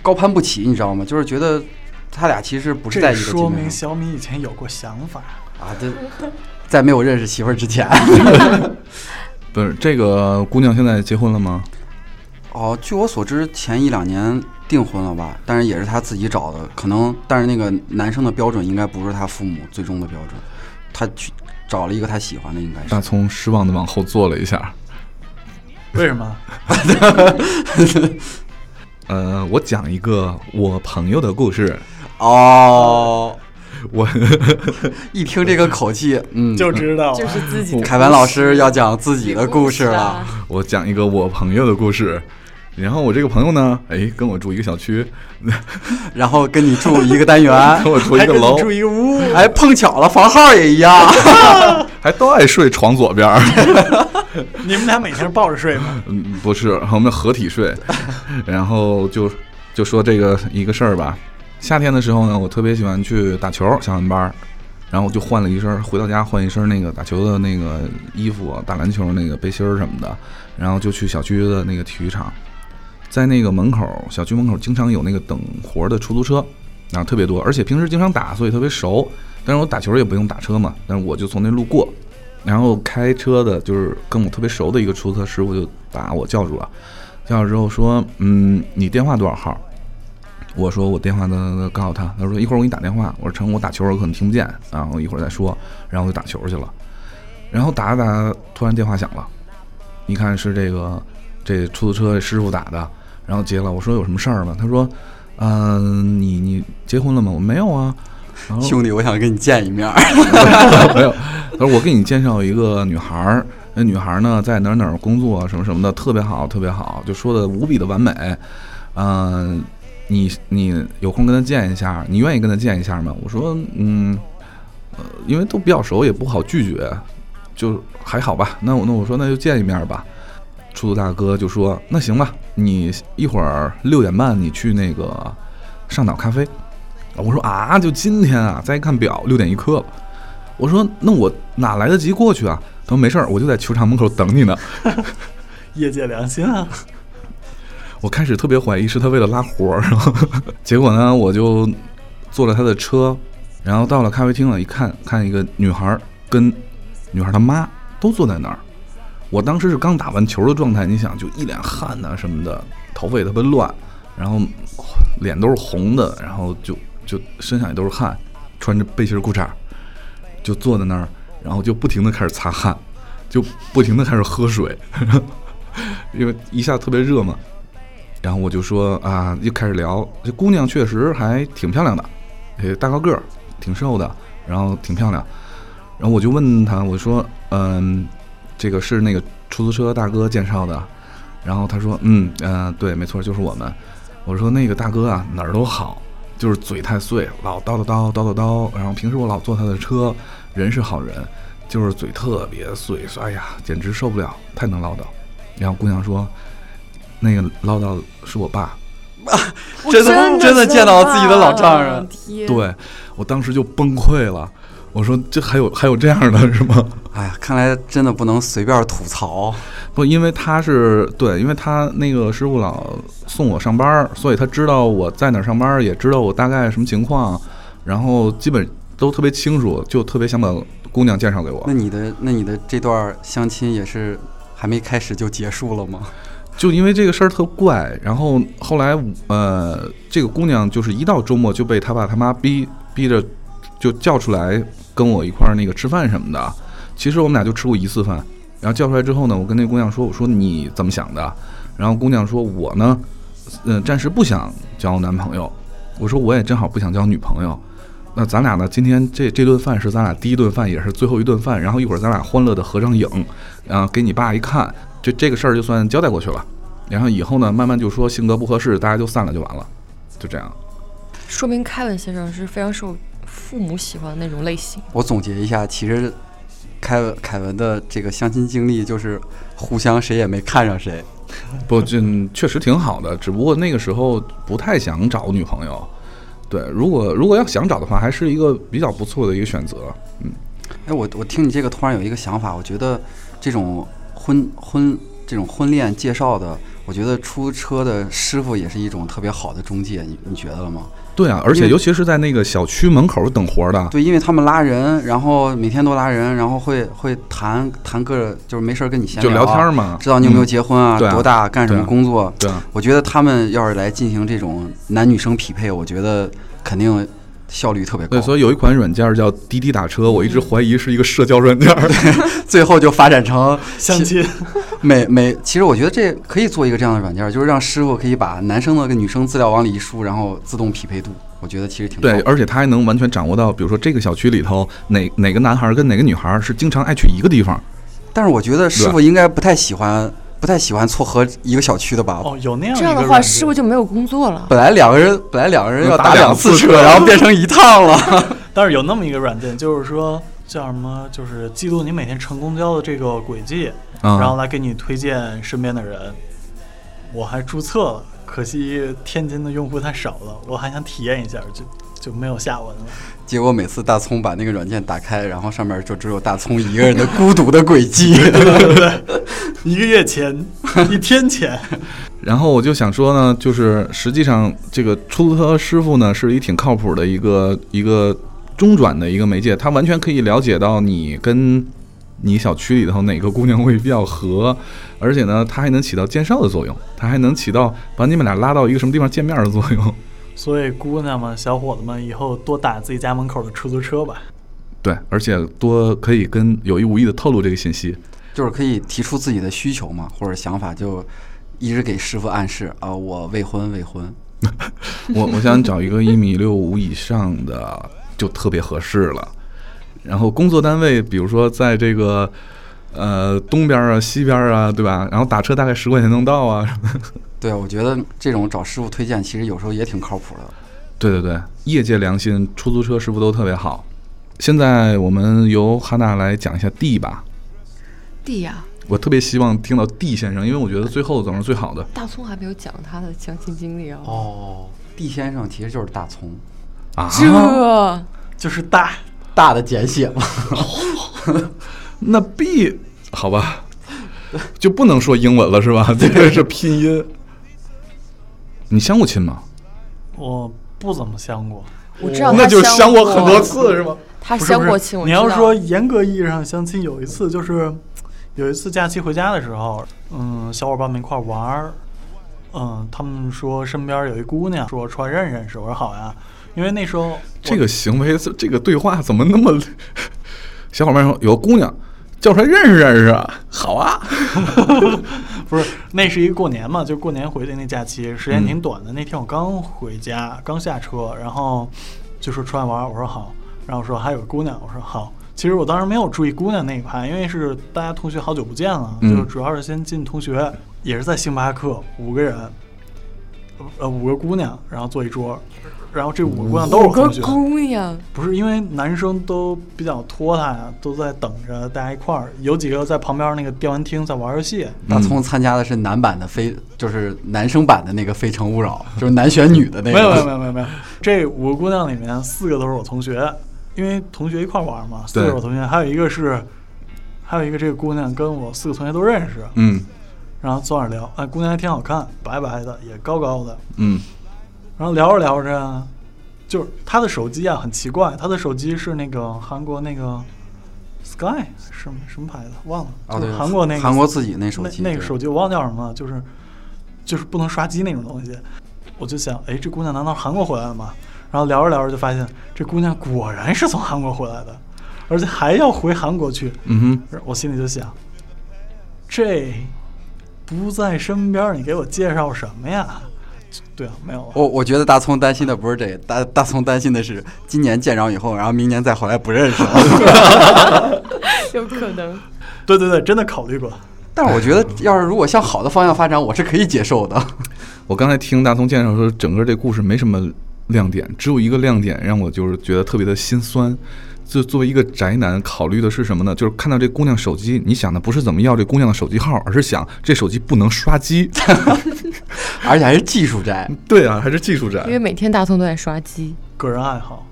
高攀不起，你知道吗？就是觉得他俩其实不是在
这
一个级别
说明
上
小米以前有过想法。
啊，这在没有认识媳妇儿之前，
不是这个姑娘现在结婚了吗？
哦，据我所知，前一两年订婚了吧，但是也是他自己找的，可能但是那个男生的标准应该不是他父母最终的标准，他去找了一个他喜欢的，应该
大
是
葱失望的往后坐了一下。
为什么？
嗯
呃，我讲一个我朋友的故事。
哦，
我
一听这个口气，嗯，
就知道啊
就是自己 的
凯文老师要讲自己的故事了
啊。。
我讲一个我朋友的故事。然后我这个朋友呢，哎，跟我住一个小区，
然后跟你住一个单元，
跟我住一
还
个
跟你
楼，
住一个屋，
哎，碰巧了，房号也一样。
还都爱睡床左边儿。
你们俩每天抱着睡 吗？
嗯，不是，我们合体睡，然后就就说这个一个事儿吧。夏天的时候呢，我特别喜欢去打球，下完班儿，然后我就换了一身，回到家换一身那个打球的那个衣服，打篮球那个背心儿什么的，然后就去小区的那个体育场，在那个门口，小区门口经常有那个等活儿的出租车，啊，特别多，而且平时经常打，所以特别熟。但是我打球也不用打车嘛，但是我就从那路过，然后开车的就是跟我特别熟的一个出租车师傅就把我叫住了，叫住之后说，嗯，你电话多少号？我说我电话呢，告诉他，他说一会儿我给你打电话。我说成，我打球我可能听不见，然后一会儿再说，然后我就打球去了。然后打着打着，突然电话响了，一看是这个这出租车师傅打的，然后接了，我说有什么事儿吗？他说，嗯、你你结婚了吗？我说没有啊。然后
兄弟，我想跟你见一面。
没有，他说我给你介绍一个女孩儿，那女孩儿呢在哪儿哪儿工作什么什么的，特别好，特别好，就说的无比的完美。嗯、你你有空跟她见一下，你愿意跟她见一下吗？我说嗯，呃，因为都比较熟，也不好拒绝，就还好吧。那我那我说那就见一面吧。出租大哥就说那行吧，你一会儿六点半你去那个上岛咖啡。我说啊，就今天啊！再一看表，六点一刻了。我说那我哪来得及过去啊？他说没事儿，我就在球场门口等你呢。
业界良心啊！
我开始特别怀疑是他为了拉活儿，然后 结果呢，我就坐了他的车，然后到了咖啡厅了，一看看一个女孩儿跟女孩儿她妈都坐在那儿。我当时是刚打完球的状态，你想就一脸汗呐、什么的，头发也特别乱，然后哦脸都是红的，然后就就身上也都是汗，穿着背心儿裤衩儿，就坐在那儿，然后就不停的开始擦汗，就不停的开始喝水，因为一下特别热嘛。然后我就说啊，就开始聊，这姑娘确实还挺漂亮的，呃，大高个儿，挺瘦的，然后挺漂亮。然后我就问她，我说，嗯，这个是那个出租车大哥介绍的。然后她说，嗯，呃，对，没错，就是我们。我说那个大哥啊，哪儿都好，就是嘴太碎，老叨叨叨叨叨叨。然后平时我老坐他的车，人是好人，就是嘴特别碎，哎呀，简直受不了，太能唠叨。然后姑娘说，那个唠叨是我爸。
我
真的真的见到自己的老丈
怕
人
天
对我当时就崩溃了，我说这还有还有这样的是吗？
哎呀，看来真的不能随便吐槽。
不，因为他是对，因为他那个师傅老送我上班儿，所以他知道我在哪儿上班儿，也知道我大概什么情况，然后基本都特别清楚，就特别想把姑娘介绍给我
那。你的那你的这段相亲也是还没开始就结束了吗？
就因为这个事儿特怪，然后后来呃，这个姑娘就是一到周末就被他爸他妈逼逼着就叫出来跟我一块儿那个吃饭什么的。其实我们俩就吃过一次饭，然后叫出来之后呢，我跟那姑娘说，我说你怎么想的？然后姑娘说，我呢，嗯、暂时不想交男朋友。我说我也正好不想交女朋友。那咱俩呢？今天这这顿饭是咱俩第一顿饭，也是最后一顿饭。然后一会儿咱俩欢乐的合张影，然后给你爸一看，就这个事儿就算交代过去了。然后以后呢，慢慢就说性格不合适，大家就散了就完了，就这样。
说明凯文先生是非常受父母喜欢的那种类型。
我总结一下，其实凯文凯文的这个相亲经历就是互相谁也没看上谁。
不，这确实挺好的，只不过那个时候不太想找女朋友。对，如果如果要想找的话，还是一个比较不错的一个选择。嗯，
哎，我我听你这个突然有一个想法，我觉得这种婚婚这种婚恋介绍的，我觉得出车的师傅也是一种特别好的中介，你你觉得了吗？
对啊，而
因
且
为
尤其是在那个小区门口等活儿的，
对，因为他们拉人，然后每天都拉人，然后会会谈谈个就是没事儿跟你闲
就
聊
聊天儿
啊，
嘛，
知道你有没有
嗯
结婚啊，
对啊
多大，干什
对
么
啊
工作。
对啊，
我觉得他们要是来进行这种男女生匹配，我觉得肯定效率特别高
嗯对，，所以有一款软件儿叫滴滴打车，我一
嗯
直怀疑是一个社交软件儿。
最后就发展成
相亲，
每每，其实我觉得这可以做一个这样的软件儿，就是让师傅可以把男生的跟女生资料往里一输，然后自动匹配度，我觉得其实挺
对，
高的
而且他还能完全掌握到，比如说这个小区里头哪哪个男孩儿跟哪个女孩儿是经常爱去一个地方。
但是我觉得师傅应该不太喜欢，不太喜欢撮合一个小区的吧。
哦，有那样
这样
一
的
个
话，
软件
师傅就没有工作了。
本来两个人，本来两个人要
打两
两次
次
车，然后变成一趟了。
但是有那么一个软件，就是说叫什么，就是记录你每天乘公交的这个轨迹，
啊
然后来给你推荐身边的人。我还注册了，可惜天津的用户太少了，我还想体验一下，就就没有下文了。
结果每次大葱把那个软件打开，然后上面就只有大葱一个人的孤独的轨迹。
一个月前，一天前，
然后我就想说呢，就是实际上这个出租车师傅呢是一挺靠谱的一个一个中转的一个媒介，他完全可以了解到你跟你小区里头哪个姑娘会比较合，而且呢，它还能起到介绍的作用，它还能起到把你们俩拉到一个什么地方见面的作用。
所以姑娘们、小伙子们，以后多打自己家门口的出租车吧。
对，而且多可以跟有意无意的透露这个信息。
就是可以提出自己的需求嘛，或者想法，就一直给师傅暗示啊，我未婚未婚。
我我想找一个一米六五以上的就特别合适了。然后工作单位，比如说在这个呃东边儿啊、西边儿啊，对吧？然后打车大概十块钱能到啊。
对，我觉得这种找师傅推荐，其实有时候也挺靠谱的。
对对对，业界良心，出租车师傅都特别好。现在我们由哈娜来讲一下 D 吧。
弟呀、
我特别希望听到 D 先生，因为我觉得最后总是最好的。
大葱还没有讲他的相亲经历啊。
哦，地先生其实就是大葱，
啊，
这、
就是大，
大的简写嘛。
那 B 好吧，就不能说英文了是吧？ 这个是拼音。你相过亲吗？
我不怎么相过。
我知道他
那就是
相
相过很多，次是吗？
他
不是
相
不
过
是
亲。我
你
知
要
道
说严格意义上相亲，有一次就是有一次假期回家的时候，嗯，小伙伴们一块儿玩儿，嗯，他们说身边有一姑娘，说出来认识认识，我说好呀，因为那时候我
这个行为，这这个对话怎么那么……小伙伴说有个姑娘叫出来认识认识啊，好啊，
不是那是一过年
嗯
嘛，就过年回的那假期，时间挺短的。那天我刚回家，刚下车，然后就说出来玩儿，我说好，然后说还有个姑娘，我说好。其实我当时没有注意姑娘那一趴，因为是大家同学好久不见了，
嗯
就主要是先进同学，也是在星巴克，五个人，呃，五个姑娘，然后坐一桌，然后这五个姑娘都是
五
我
个
同学，
姑娘，
不是因为男生都比较拖沓呀，都在等着大家一块儿，有几个在旁边那个电玩厅在玩儿游戏，
大葱参加的是男版的非，就是男生版的那个《非诚勿 扰》，就是男选女的那个。
没有没有没有没有没有，这五个姑娘里面四个都是我同学，因为同学一块儿玩嘛，四
对
个我同学，还有一个是，还有一个这个姑娘跟我四个同学都认识，
嗯
然后坐那儿聊，哎，姑娘还挺好看，白白的，也高高的，
嗯
然后聊着聊着啊，就是她的手机啊很奇怪，她的手机是那个韩国那个 Sky 什么什么牌子忘了，
哦，
就
对
是，韩国那个
韩国自己那手机，
那那个
对
手机我忘了叫什么了，就是就是不能刷机那种东西。我就想，哎，这姑娘难道是韩国回来的吗？然后聊着聊着就发现，这姑娘果然是从韩国回来的，而且还要回韩国去。
嗯哼，
我心里就想，这不在身边，你给我介绍什么呀？对啊，没有了。
我我觉得大葱担心的不是这，大大葱担心的是今年见着以后，然后明年再回来不认识了。
有可能。
对对对，真的考虑过。
但是我觉得，要是如果向好的方向发展，我是可以接受的。
我刚才听大葱介绍说，整个这故事没什么亮点，只有一个亮点让我就是觉得特别的心酸。就作为一个宅男，考虑的是什么呢？就是看到这姑娘手机，你想的不是怎么要这姑娘的手机号，而是想这手机不能刷机。
而且还是技术宅。
对啊，还是技术宅
因。为每天大葱都在刷机，
个人爱好。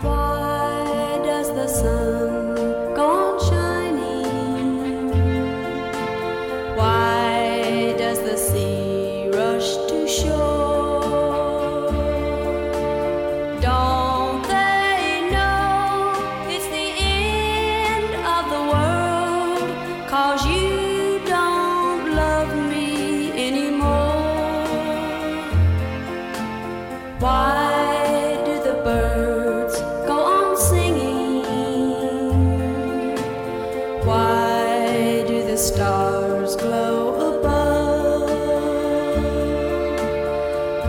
Why does the sun go on shining? Why does the sea rush to shore? Don't they know it's the end of the world? Cause you don't love me anymore. Why do the birds go on singing? Why do the stars glow above?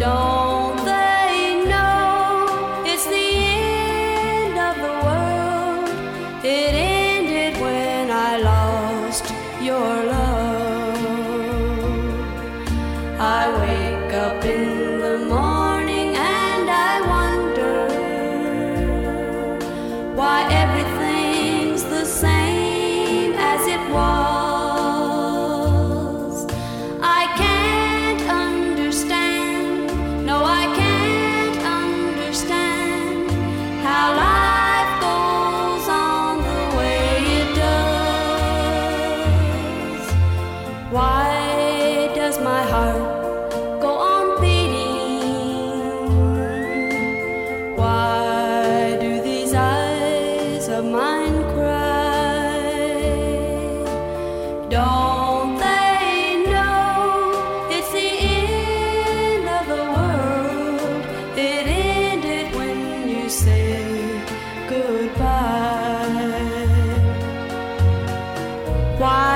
Don't they know it's the end of the world? It ended when I lost your love. I wake up in the morning and I wonder why everything's the same as it was. I can't understand, no, I can't understand how life goes on the way it does. Why does my heart go on beating? Why do these eyes of mine cry? Don't they know it's the end of the world? It ended when you said goodbye. Why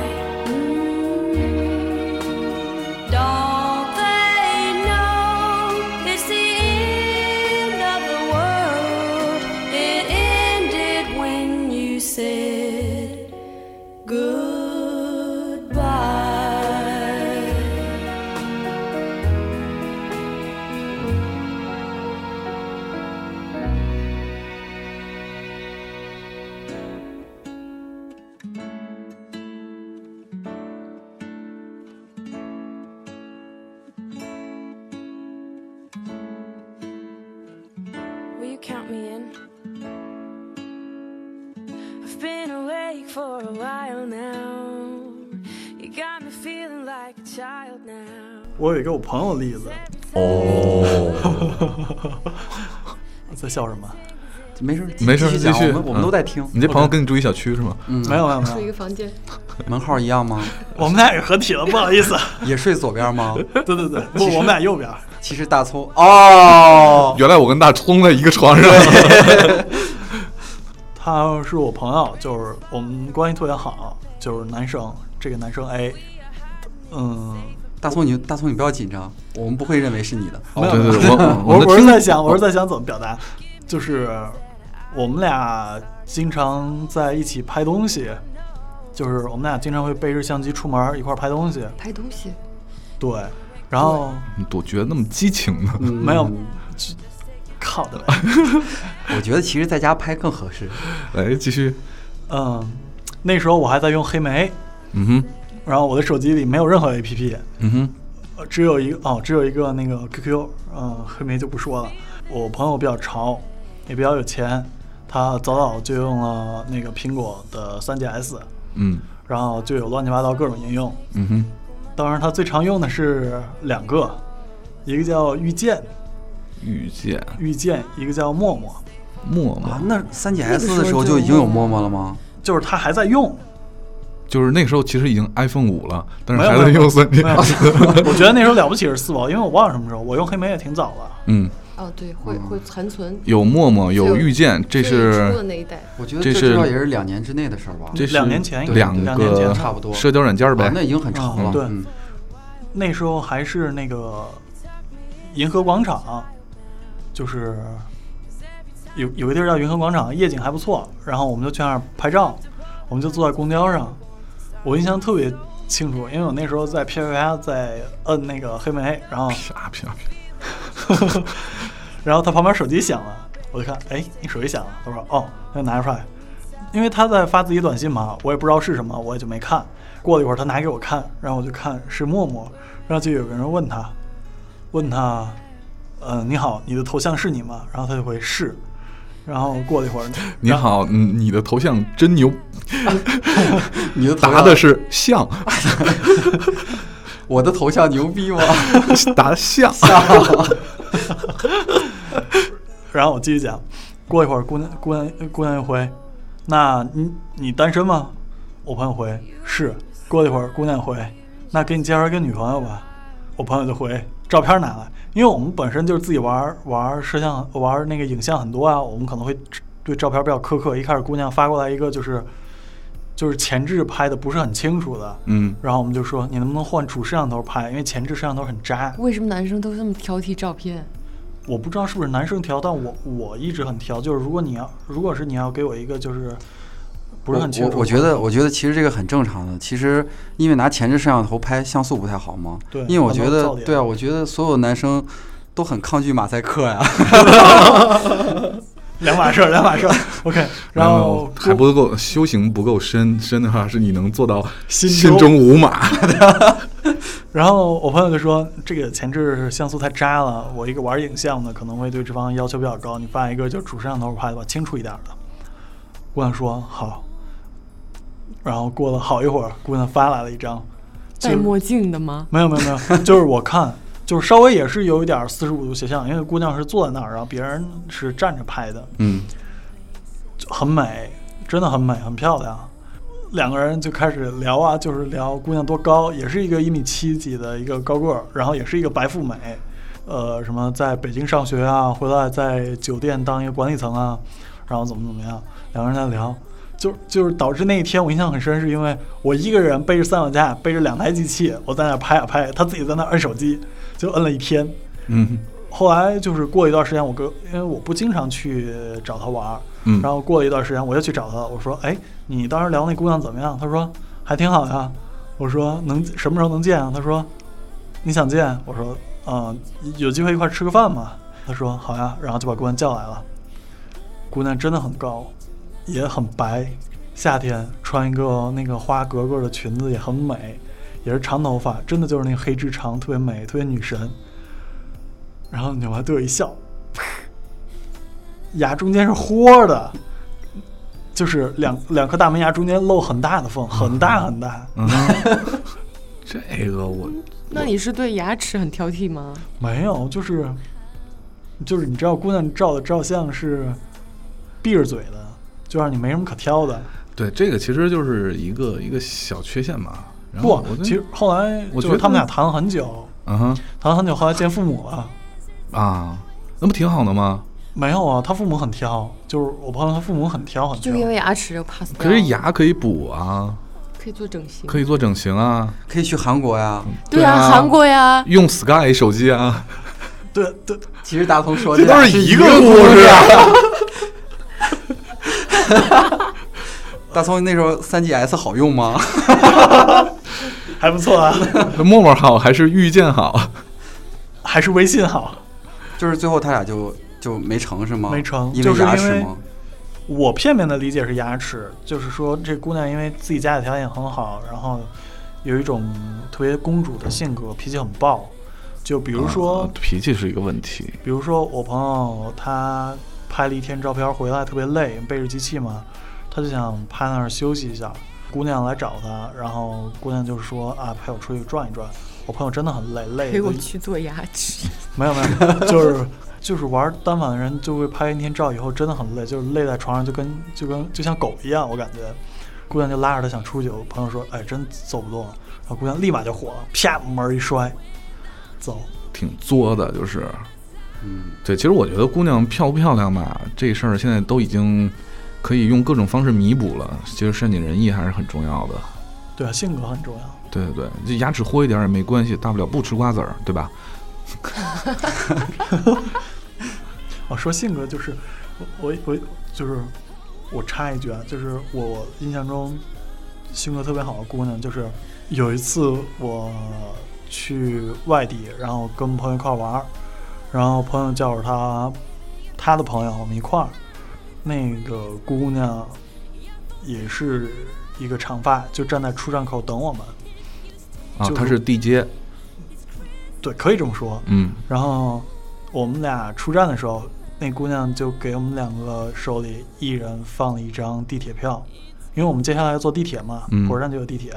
Don't they know it's the end of the world? It ended when you said goodbye. Will you count me in? I've been awake for a while now. You got me feeling like a child now.
我有一个我朋友的例子，
哦，
你 在笑什么？
没事，
没事，
继续讲
续
我。们我们都在听哦
嗯。
嗯
你这朋友跟你住一小区是吗？
没有没有没有
住一，个房间，
门号一样吗？
我们俩也合体了，不好意思。
也睡左边吗？
对对对，不，我们俩右边。
其实大葱 哦，
原来我跟大葱在一个床上。
他是我朋友，就是我们关系特别好，就是男生。这个男生 A，嗯，
大葱你大葱你不要紧张，我们不会认为是你的。
没有，
对对
没
对
有
我我
我
们
我是
听
在想，我是在想怎么表达，就是我们俩经常在一起拍东西，就是我们俩经常会背着相机出门一块儿拍东西，
拍东西，
对，然后嗯
嗯你我觉得那么激情呢？
没有。靠的呗。
我觉得其实在家拍更合适。
哎，继续，
嗯，那时候我还在用黑莓，
嗯哼，
然后我的手机里没有任何 APP，
嗯哼，
呃只有一个哦，只有一个那个 QQ，嗯，黑莓就不说了。我朋友比较潮，也比较有钱，他早早就用了那个苹果的 3GS，
嗯
然后就有乱七八糟各种应用。
嗯哼，
当然，他最常用的是两个，一个叫遇见，
遇见
遇见，一个叫陌陌，
陌陌
啊，，那三
那个
GS
时候
的时候
就
就已经有
用
陌陌了吗？
就是他还在用。
就是那时候其实已经 iPhone 五了，但是
没有
还在
没有
用三
没有
GS。
我觉得那时候了不起是四毛，因为我忘了什么时候，我用黑莓也挺早了。
嗯，
哦，对，会会残存，
有陌陌，有
就
遇见，这
出的
是
那一代，
我觉得
这
这
是
至少也是两年之内的事儿吧。
这是
两年前应该
两
两年前
个
差不多
社交软件儿呗
啊，那。已经很长了。
嗯对
嗯
那时候还是那个银河广场，就是有有个地儿叫银河广场，夜景还不错。然后我们就去那儿拍照，我们就坐在公交上，我印象特别清楚，因为我那时候在啪啪啪在摁那个黑莓，然后
啪啪啪！
然后他旁边手机响了，我就看，哎，你手机响了，他说哦，他就拿出来，因为他在发自己短信嘛，我也不知道是什么，我也就没看。过了一会儿，他拿给我看，然后我就看是陌陌，然后就呃有个人问他，问他，呃，你好，你的头像是你吗？然后他就回是，然后过了一会儿，
你好，嗯你的头像真牛，
你的头
答
像
的
啊
是像，
我的头像牛逼吗？
答像。
然后我继续讲，过一会儿姑娘姑娘姑娘又回，那你你单身吗？我朋友回是。过了一会儿姑娘回，那给你介绍一个女朋友吧。我朋友就回照片拿来，因为我们本身就是自己玩儿玩儿摄像玩儿那个影像很多啊，我们可能会对照片比较苛刻。一开始姑娘发过来一个就是就是前置拍的不是很清楚的，
嗯，
然后我们就说你能不能换主摄像头拍，因为前置摄像头很渣。
为什么男生都这么挑剔照片？
我不知道是不是男生挑，但我我一直很挑，就是如果你要，如果是你要给我一个就是不是很清楚
我我觉得，我觉得其实这个很正常的。其实因为拿前置摄像头拍像素不太好嘛。
对
因为我觉
很多
得
噪，点
对啊，我觉得所有男生都很抗拒马赛克呀、
两码 事儿，两码事儿。OK，然后
还不够，修行不够深，深的话是你能做到
心
心
中
中无 马。
然后我朋友就说这个前置像素太渣了，我一个玩影像的可能会对这方要求比较高，你办一个就是主摄像头拍的吧，清楚一点的。姑娘说好，然后过了好一会儿，姑娘发来了一张，
戴墨镜的吗？
没有没有没有，就是我看， 就是稍微也是有一点四十五度斜向，因为姑娘是坐在那儿，然后别人是站着拍的，
嗯，
就很美，真的很美，很漂亮。两个人就开始聊啊，就是聊姑娘多高，也是一个一米七几的一个高个儿，然后也是一个白富美，呃，什么在北京上学啊，回来在酒店当一个管理层啊，然后怎么怎么样，两个人在聊，就就是导致那一天我印象很深，是因为我一个人背着三脚架，背着两台机器，我在那儿拍啊拍，他自己在那儿摁手机，就摁了一天，
嗯
后来就是过一段时间，我跟因为我不经常去找他玩儿，
嗯
然后过一段时间我又去找他，我说：“哎，你当时聊那姑娘怎么样？”他说：“还挺好呀。”我说：“能什么时候能见啊？”他说：“你想见？”我说：“嗯、有机会一块儿吃个饭嘛。”他说：“好呀。”然后就把姑娘叫来了。姑娘真的很高，也很白，夏天穿一个那个花格格的裙子也很美，也是长头发，真的就是那个黑直长，特别美，特别女神。然后女娃对我一笑，牙中间是豁的，就是两两颗大门牙中间露很大的缝，很大很大。
嗯，这个我
那你是对牙齿很挑剔吗？
没有，就是就是你知道，姑娘照的照相是闭着嘴的，就让你没什么可挑的。
对这个其实就是一个一个小缺陷吧。然后
不
我，就
其实后来
我觉
就是
得
他们俩谈了很久，
嗯哼
谈了很久，后来见父母了。
啊，那不挺好的吗？
没有啊，他父母很挑，就是我朋友他父母很挑，很挑
就。因为牙齿就 pass 掉
可
了。
是牙可以补啊，
可以做整形，
可以做整形啊，
可以去韩国呀、
对
对
呀，
啊
韩国呀，
用 Sky 手机啊，
对对，
其实大同 说
这都
俩
是
是
一
个
个故事啊。
大同那时候三 GS 好用吗？
还不错啊，
那陌陌好还是遇见好？
还是微信好。
就是最后他俩就就没成是吗？
没成
因
就
为
是
牙
因
齿
为
吗？
我片面的理解是牙齿，就是说这姑娘因为自己家里条件很好，然后有一种特别公主的性格，脾气很暴。就比如说，
啊脾气是一个问题，
比如说我朋友他拍了一天照片回来特别累，背着机器嘛，他就想趴那儿休息一下。姑娘来找他，然后姑娘就说啊，陪我出去转一转。我朋友真的很累，累
陪我
得
去做牙 齿，
没有没有，就是就是玩单反的人就会拍一天照以后真的很累，就是累在床上就跟就跟就像狗一样，我感觉。姑娘就拉着他想出去，我朋友说：“哎，真走不动了。”然后姑娘立马就火了，啪门一摔，走。
挺作的，就是
嗯，
对。其实我觉得姑娘漂不漂亮吧，这事儿现在都已经可以用各种方式弥补了。其实善解人意还是很重要的。
对啊，性格很重要。
对对对，这牙齿豁一点儿也没关系，大不了不吃瓜子儿，对吧？
我、哦说性格就是我我我就是我插一句啊，就是我印象中性格特别好的姑娘，就是有一次我去外地，然后跟朋友一块儿玩儿，然后朋友叫着他他的朋友，我们一块儿。那个姑娘也是一个长发，就站在出站口等我们。
啊
就，
她
是
是地接，
对，可以这么说。
嗯，
然后我们俩出站的时候，那姑娘就给我们两个手里一人放了一张地铁票，因为我们接下来要坐地铁嘛，
嗯
火车站就有地铁。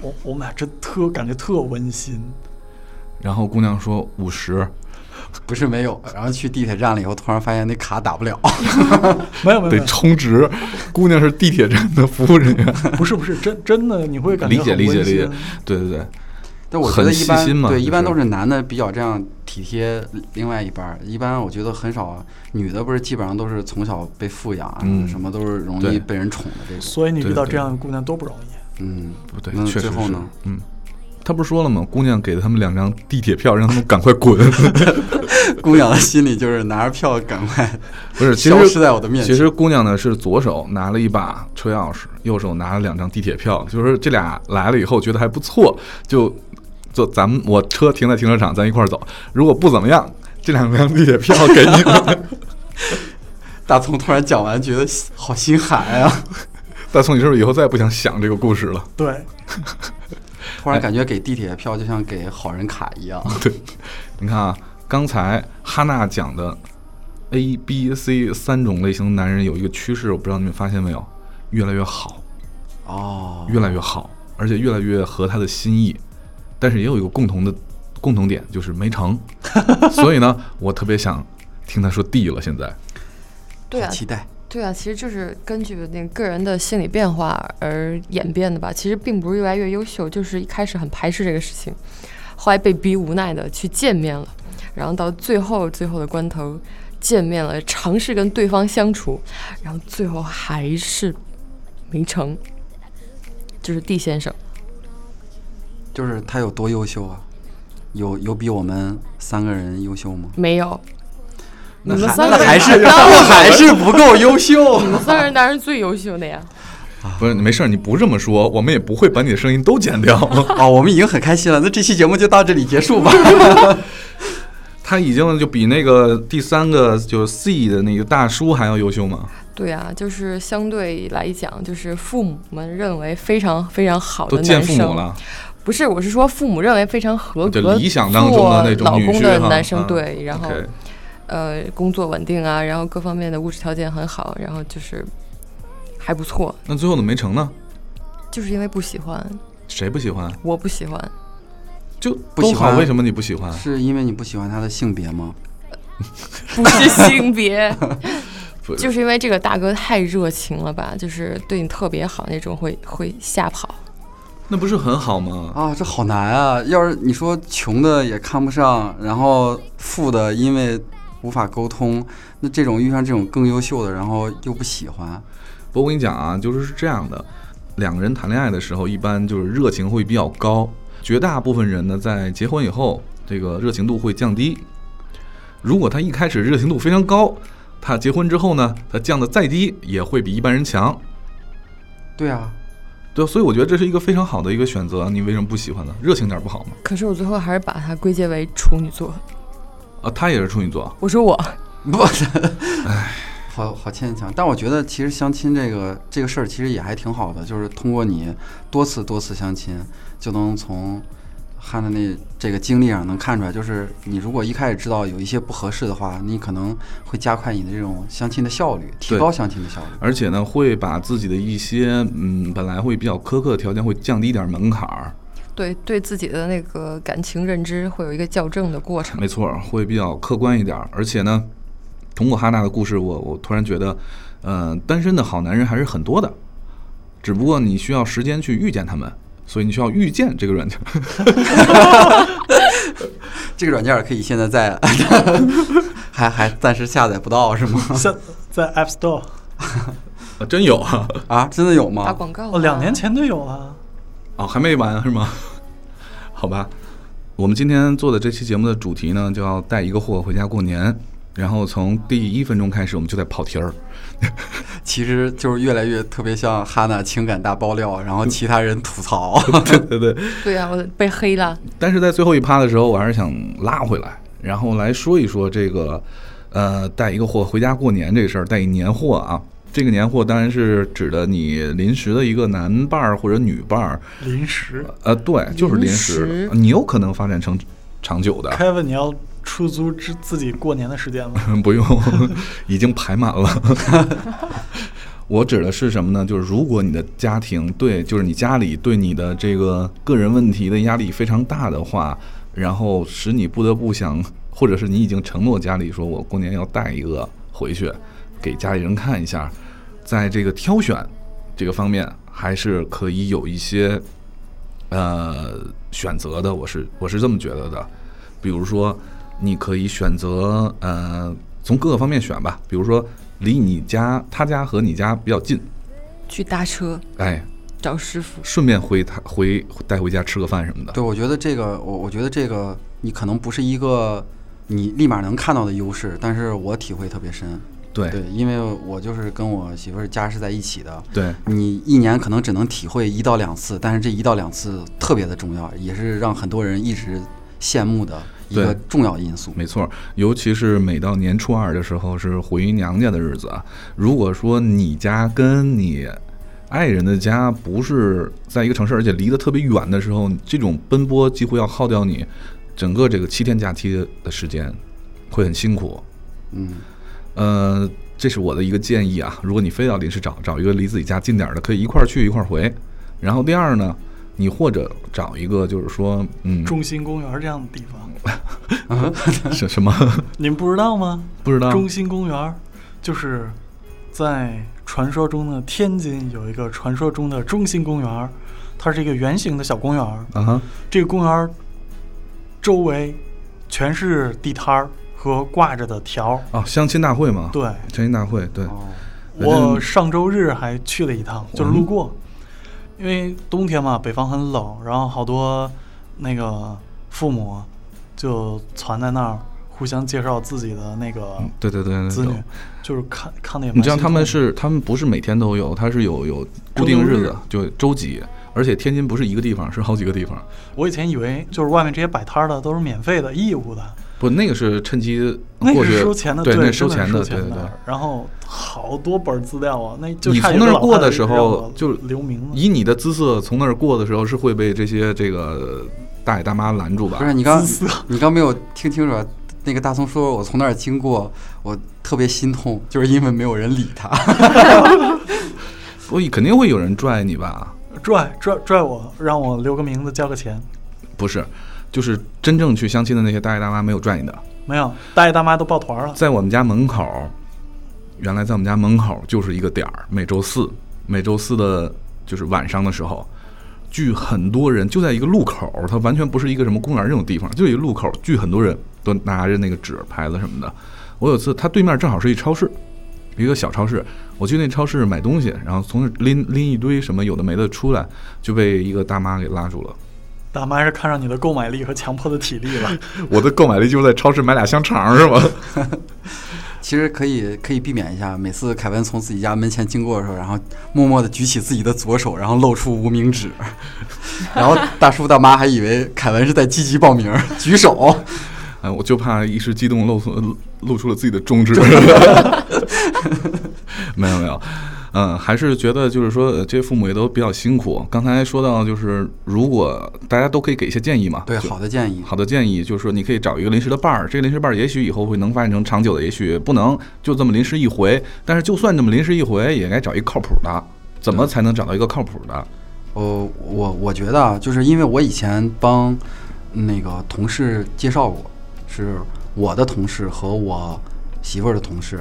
我我们俩真特感觉特 温馨，
然后姑娘说五十，
不是没有，然后去地铁站了以后，突然发现那卡打不了，
没有没有没
得
有，
充值。姑娘是地铁站的服务人员，
不是不是真真的你会感觉
理解
很
理解
温
理解
馨，
对对对，
但我觉得
很
一
细
般
心嘛
对，
就
一般都
是
是男的比较这样体贴另外一半儿，一般我觉得很少，啊女的不是基本上都是从小被富养啊，
嗯
什么都是容易
对
被人宠的这种，
所以你遇
对
到
对
这样的姑娘多不容易。
嗯，
不对
那，
确实
最后
是
呢，
嗯。她不是说了吗？姑娘给他们两张地铁票，让他们赶快滚。
姑娘的心里就是拿着票赶快
不是，其
消失
实
在我的面前。
其实姑娘呢是左手拿了一把车钥匙，右手拿了两张地铁票。就是这俩来了以后觉得还不错，就就咱们我车停在停车场，咱一块儿走。如果不怎么样，这两张地铁票给你们。
大葱突然讲完，觉得心好心寒啊呀、
大宋，你是不是以后再也不想想这个故事了？
对，
突然感觉给地铁票就像给好人卡一样。
你看啊，刚才哈娜讲的 A、B、C 三种类型的男人有一个趋势，我不知道你们发现没有，越来越好，
哦，
越来越好，而且越来越合他的心意。但是也有一个共同的共同点，就是没成。 所以呢，我特别想听他说 D 了。现在
对啊，
期待。
对啊，其实就是根据那个个人的心理变化而演变的吧。其实并不是越来越优秀，就是一开始很排斥这个事情，后来被逼无奈的去见面了，然后到最后最后的关头见面了，尝试跟对方相处，然后最后还是没成，就是 D 先生。
就是他有多优秀啊？有有比我们三个人优秀吗？
没有，你
那
们
还
三
那
个人
还是
当
那还是不够优 秀。
你们三个人当然是最优秀的呀。啊
不是你没事儿，你不这么说，我们也不会把你的声音都剪掉。
哦，我们已经很开心了，那这期节目就到这里结束吧。
他已经就比那个第三个就是 C 的那个大叔还要优秀吗？
对啊，就是相对来讲，就是父母们认为非常非常好
都
的
见
男
父
生，
母了。
不是，我是说父母认为非常合
就
格、
理想当中的那种
老
女
公
婿
的
哈
男生，
啊
对，然后
OK
呃工作稳定啊，然后各方面的物质条件很好，然后就是还不错，
那最后怎么没成呢？
就是因为不喜欢，
谁不喜欢？
我不 喜欢，
就
不喜
都好
啊
欢
为什么你不喜欢？
是因为你不喜欢他的性别吗？
不是性别
不，
就是因为这个大哥太热情了吧，就是对你特别好那种会，会吓跑。
那不是很好吗？
啊，这好难啊！要是你说穷的也看不上，然后富的因为无法沟通，那这种遇上这种更优秀的，然后又不喜欢，
不过我跟你讲啊，就是是这样的，两个人谈恋爱的时候，一般就是热情会比较高，绝大部分人呢，在结婚以后，这个热情度会降低。如果他一开始热情度非常高，他结婚之后呢，他降的再低也会比一般人强。
对啊，
对，所以我觉得这是一个非常好的一个选择。你为什么不喜欢呢？热情点儿不好吗？
可是我最后还是把它归结为处女座，
啊，他也是处女座，
我说我
不， 哎，好好牵强。但我觉得其实相亲这个这个事儿其实也还挺好的，就是通过你多次多次相亲，就能从汉的那这个经历上能看出来，就是你如果一开始知道有一些不合适的话，你可能会加快你的这种相亲的效率，提
对
高相亲的效率。
而且呢，会把自己的一些嗯本来会比较苛刻的条件会降低一点门槛儿，
对对自己的那个感情认知会有一个校正的过程。
没错，会比较客观一点儿。而且呢，通过哈娜的故事，我我突然觉得，嗯、单身的好男人还是很多的，只不过你需要时间去遇见他们，所以你需要遇见这个软件。
这个软件儿可以现在在， 还还暂时下载不到是吗？
在在 App Store，
啊真有啊！
啊，真的有
打
吗？
广告、
哦，两年。前就有了。
哦，还没完是吗？好吧，我们今天做的这期节目的主题呢，就要带一个货回家过年。然后从第一分钟开始，我们就在跑题儿。
其实就是越来越特别像哈娜情感大爆料，然后其他人吐槽。
对对对，
对呀、我被黑了。
但是在最后一趴的时候，我还是想拉回来，然后来说一说这个，呃，带一个货回家过年这事儿，带一年货啊。这个年货当然是指的你临时的一个男伴儿或者女伴儿，
临时
呃，对，就是临时，
临时
你有可能发展成长久的。
，Kevin，你要出租自自己过年的时间 吗？
不用，已经排满了。 我指的是什么呢？就是如果你的家庭对，就是你家里对你的这个个人问题的压力非常大的话，然后使你不得不想，或者是你已经承诺家里说，我过年要带一个回去给家里人看一下，在这个挑选这个方面，还是可以有一些呃选择的，我是我是这么觉得的。比如说，你可以选择呃从各个方面选吧，比如说离你家他家和你家比较近，
去搭车
哎，
找师傅，
顺便回他回带回家吃个饭什么的。
对，我觉得这个，我我觉得这个，你可能不是一个你立马能看到的优势，但是我体会特别深。
对
对，因为我就是跟我媳妇儿家是在一起的，
对
你一年可能只能体会一到两次，但是这一到两次特别的重要，也是让很多人一直羡慕的一个
对
重要因素。
没错，尤其是每到年初二的时候是回娘家的日子啊。如果说你家跟你爱人的家不是在一个城市，而且离得特别远的时候，这种奔波几乎要耗掉你整个这个七天假期的时间，会很辛苦。
嗯，
呃，这是我的一个建议啊。如果你非要临时找找一个离自己家近点儿的，可以一块儿去一块儿回。然后第二呢，你或者找一个就是说，嗯，
中心公园这样的地方，
什什么
你们不知道吗？
不知道
中心公园就是在传说中的天津有一个传说中的中心公园，它是一个圆形的小公园。
啊哈？
这个公园周围全是地摊儿和挂着的条儿。
哦，相亲大会嘛，，
对，
相亲大会，对，
哦，
我上周日还去了一趟，就是路过，因为冬天嘛，北方很冷，然后好多那个父母就攒在那儿互相介绍自己的那个
对对对对
子
对
女，就是看看的也蛮
你知道
心
他们
痛
是他们不是每天都有，他是有有固定日子
周，
就周几。而且天津不是一个地方，是好几个地方。
我以前以为就是外面这些摆摊儿的都是免费的、义务的，
不，那个是趁机
那
呃过
个
去，
是收钱的，
对，那是
对，
收
真的
钱
是
的，
收
对对
钱
对。
然后好多本儿资料啊，那就
你
差
从
一
那
个
儿
老
过
太
的
太
时
让
候
我，
就
留名了。
以你的姿色从那儿过的时候，是会被这些这个大爷大妈拦住吧
不？是你刚
姿色
啊
你刚没有听清楚啊，那个大葱说我从那儿经过，我特别心痛，就是因为没有人理他。
所以肯定会有人拽你吧？
拽拽拽我，让我留个名字，交个钱。
不是，就是真正去相亲的那些大爷大妈没有拽你的。
没有，大爷大妈都抱团儿了。
在我们家门口，原来在我们家门口就是一个点儿，每周四，每周四的就是晚上的时候，聚很多人，就在一个路口，它完全不是一个什么公园这种地方，就一个路口聚很多人，都拿着那个纸牌子什么的。我有次，它对面正好是一超市，一个小超市，我去那超市买东西，然后从那儿拎拎一堆什么有的没的出来，就被一个大妈给拉住了。
大妈是看上你的购买力和强迫的体力了。
我的购买力就是在超市买俩香肠，是吗？
其实可以可以避免一下，每次凯文从自己家门前经过的时候，然后默默地举起自己的左手，然后露出无名 指，然后大叔大妈还以为凯文是在积极报名，举手。
哎，我就怕一时激动露出露出了自己的中指。 没有没有，嗯，还是觉得就是说，呃这些父母也都比较辛苦。刚才说到就是，如果大家都可以给一些建议嘛，
对，
就
好的建议，
好的建议就是说，你可以找一个临时的伴儿，这个临时伴儿也许以后会能发展成长久的，也许不能，就这么临时一回。但是就算这么临时一回，也该找一个靠谱的。怎么才能找到一个靠谱 的？
呃，我我觉得啊，就是因为我以前帮那个同事介绍过，是我的同事和我媳妇儿的同事，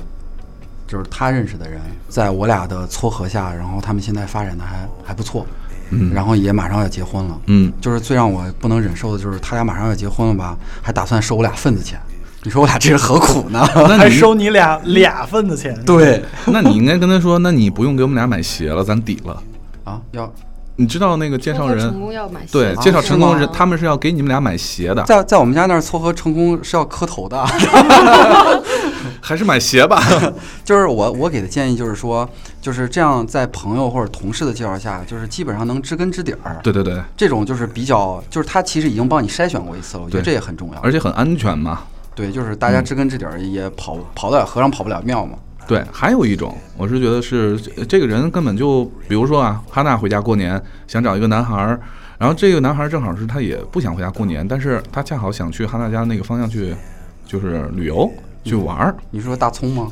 就是他认识的人，在我俩的撮合下，然后他们现在发展的还还不错，
嗯
然后也马上要结婚了，
嗯，
就是最让我不能忍受的就是他俩马上要结婚了吧，还打算收我俩份子钱，你说我俩这是何苦呢？
那
还
你
收你俩俩份子钱，
对
那你应该跟他说，那你不用给我们俩买鞋了，咱抵了。
啊，要
你知道那个介绍
成
人，
功要买鞋
对
吗
介绍成功人，
啊
他们是要给你们俩买鞋的，
在在我们家那儿撮合成功是要磕头的。
还是买鞋吧？
就是我我给的建议就是说，就是这样，在朋友或者同事的介绍下，就是基本上能知根知底儿。
对对对，
这种就是比较，就是他其实已经帮你筛选过一次了，我觉得
对
这也很重要。
而且嗯很安全嘛。
对，就是大家知根知底儿，也跑跑得了和尚跑不了庙嘛。
对，还有一种，我是觉得是这这个人根本就，比如说啊，哈娜回家过年想找一个男孩儿，然后这个男孩儿正好是他也不想回家过年，但是他恰好想去哈娜家那个方向去，就是旅游去玩儿，
你说大葱吗？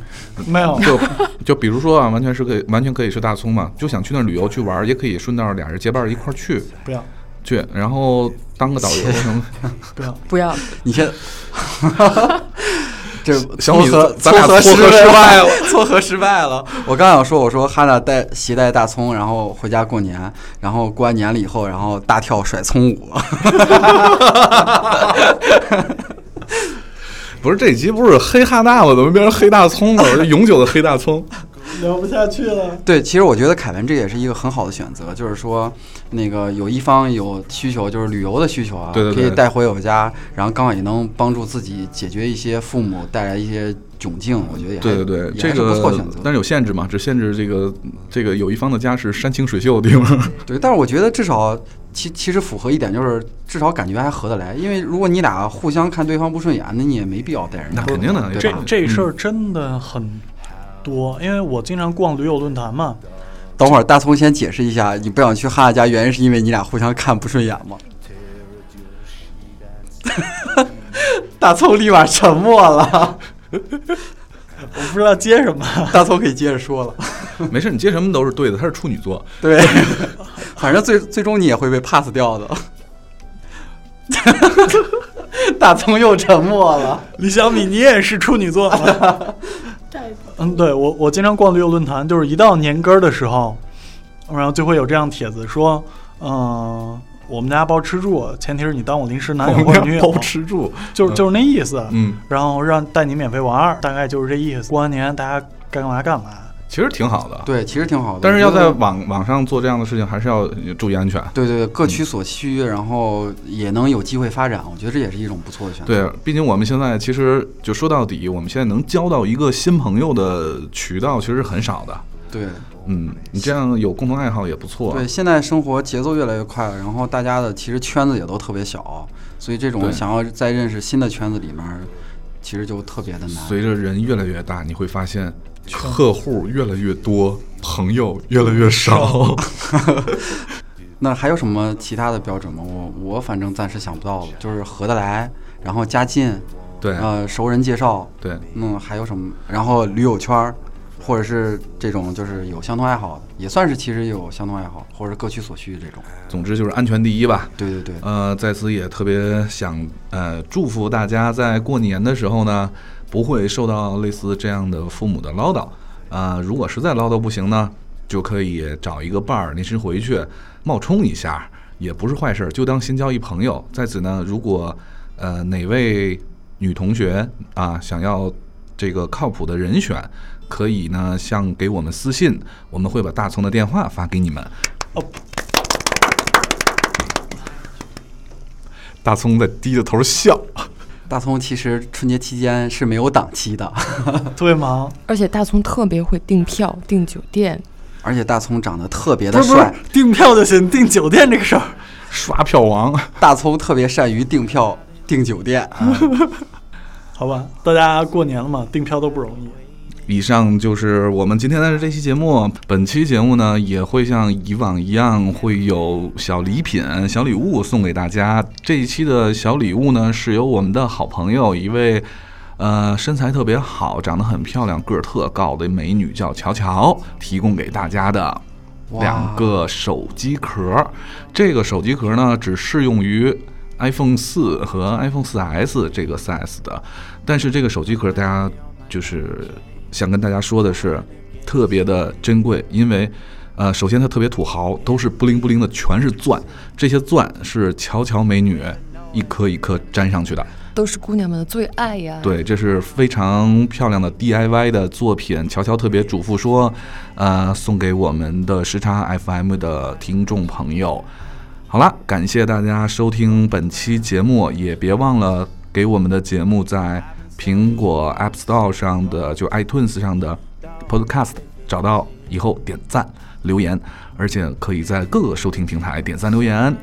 没有，
就就比如说啊，完全是可以，完全可以是大葱嘛，就想去那儿旅游去玩儿，也可以顺道俩人结伴儿一块儿去
不要
去，然后当个导游什么。
不要，
不要，
你先，这
小
撮
米
合
咱俩
合
撮合
失
失败
了，撮合失败了。我刚想说，我说哈娜带携带大葱，然后回家过年，然后过完年了以后，然后大跳甩葱舞。
不是这集不是黑哈娜吗？怎么变成黑大葱了？是永久的黑大 葱。
聊不下去了。
对，其实我觉得凯文这也是一个很好的选择，就是说，那个有一方有需求，就是旅游的需求啊，
对对对
可以带回我家，然后刚好也能帮助自己解决一些父母带来一些窘境，我觉得也还
对对对，
也还
这
是
个
不错选择。
但是有限制嘛，只限制这个这个有一方的家是山清水秀的地方。
对，但是我觉得至少其其实符合一点，就是至少感觉还合得来，因为如果你俩互相看对方不顺眼，那你也没必要带人家
那肯定的
对
这
吧？
这事儿真的很多，因为我经常逛驴友论坛嘛，
等会儿大葱先解释一下，你不想去哈娜家，原因是因为你俩互相看不顺眼吗？ 大葱立马沉默了，
我不知道接什么。
大葱可以接着说了。
没事，你接什么都是对的，他是处女座。
对，反正最最终你也会被 pass 掉的。 大葱又沉默了。
李小米，你也是处女座吗？嗯，对我我经常逛旅游论坛，就是一到年根儿的时候，然后就会有这样帖子说，嗯、我们家包吃住，前提是你当我临时
哎
男友或者女友，
包吃住，
就是就是那意思。
嗯，
然后让带你免费玩儿，大概就是这意思。过完年大家该干嘛干嘛。
其实挺好的。，
对，其实挺好的，
但是要
我觉
在
得
网网上做这样的事情，还是要呃注意安全。
对对对各取所需，然后也能有机会发展，我觉得这也是一种不错的选择。
对，毕竟我们现在其实就说到底，我们现在能交到一个新朋友的渠道其实是很少的。
对
嗯，你这样有共同爱好也不错。啊
对，现在生活节奏越来越快，然后大家的其实圈子也都特别小，所以这种
对
想要再认识新的圈子里面，其实就特别的难。
随着人越来越大，你会发现客户越来越多，朋友越来越少。
那还有什么其他的标准吗？我我反正暂时想不到了，就是合得来，然后家近，
对
呃，熟人介绍，
对，
嗯，还有什么？然后驴友圈儿，或者是这种就是有相同爱好的，也算是其实有相同爱好，或者是各取所需这种。
总之就是安全第一吧。
对对对，
呃，在此也特别想呃祝福大家在过年的时候呢，不会受到类似这样的父母的唠叨。啊、如果实在唠叨不行呢，就可以找一个伴儿临时回去冒充一下，也不是坏事，儿，就当新交一朋友。在此呢，如果呃哪位女同学啊想要这个靠谱的人选，可以呢向给我们私信，我们会把大葱的电话发给你们。
哦
大葱在低着头笑。
大葱其实春节期间是没有档期的，
特别忙，
而且大葱特别会订票、订酒店，
而且大葱长得特别
不
的
是不是
帅，
订票就行，订酒店这个事儿，
刷票王，
大葱特别善于订票、订酒店。啊
好吧，大家过年了嘛，订票都不容易。
以上就是我们今天的这期节目。本期节目呢，也会像以往一样，会有小礼品、小礼物送给大家。这一期的小礼物呢，是由我们的好朋友一位。呃，身材特别好，长得很漂亮，个儿特高的美女叫乔乔，提供给大家的
哇
两个手机壳儿。这个手机壳呢，只适用于 iPhone 四和 iPhone 四 S 这个 size 的，但是这个手机壳大家就是想跟大家说的是，特别的珍贵，因为。呃，首先它特别土豪，都是不灵不灵的，全是钻。这些钻是乔乔美女一颗一颗粘上去的，
都是姑娘们的最爱呀。
对，这是非常漂亮的 DIY 的作品。乔乔特别嘱咐说，呃，送给我们的时差 FM 的听众朋友。好啦，感谢大家收听本期节目，也别忘了给我们的节目在苹果 App Store 上的就 iTunes 上的 Podcast 找到以后点赞留言，而且可以在各个收听平台点赞留言。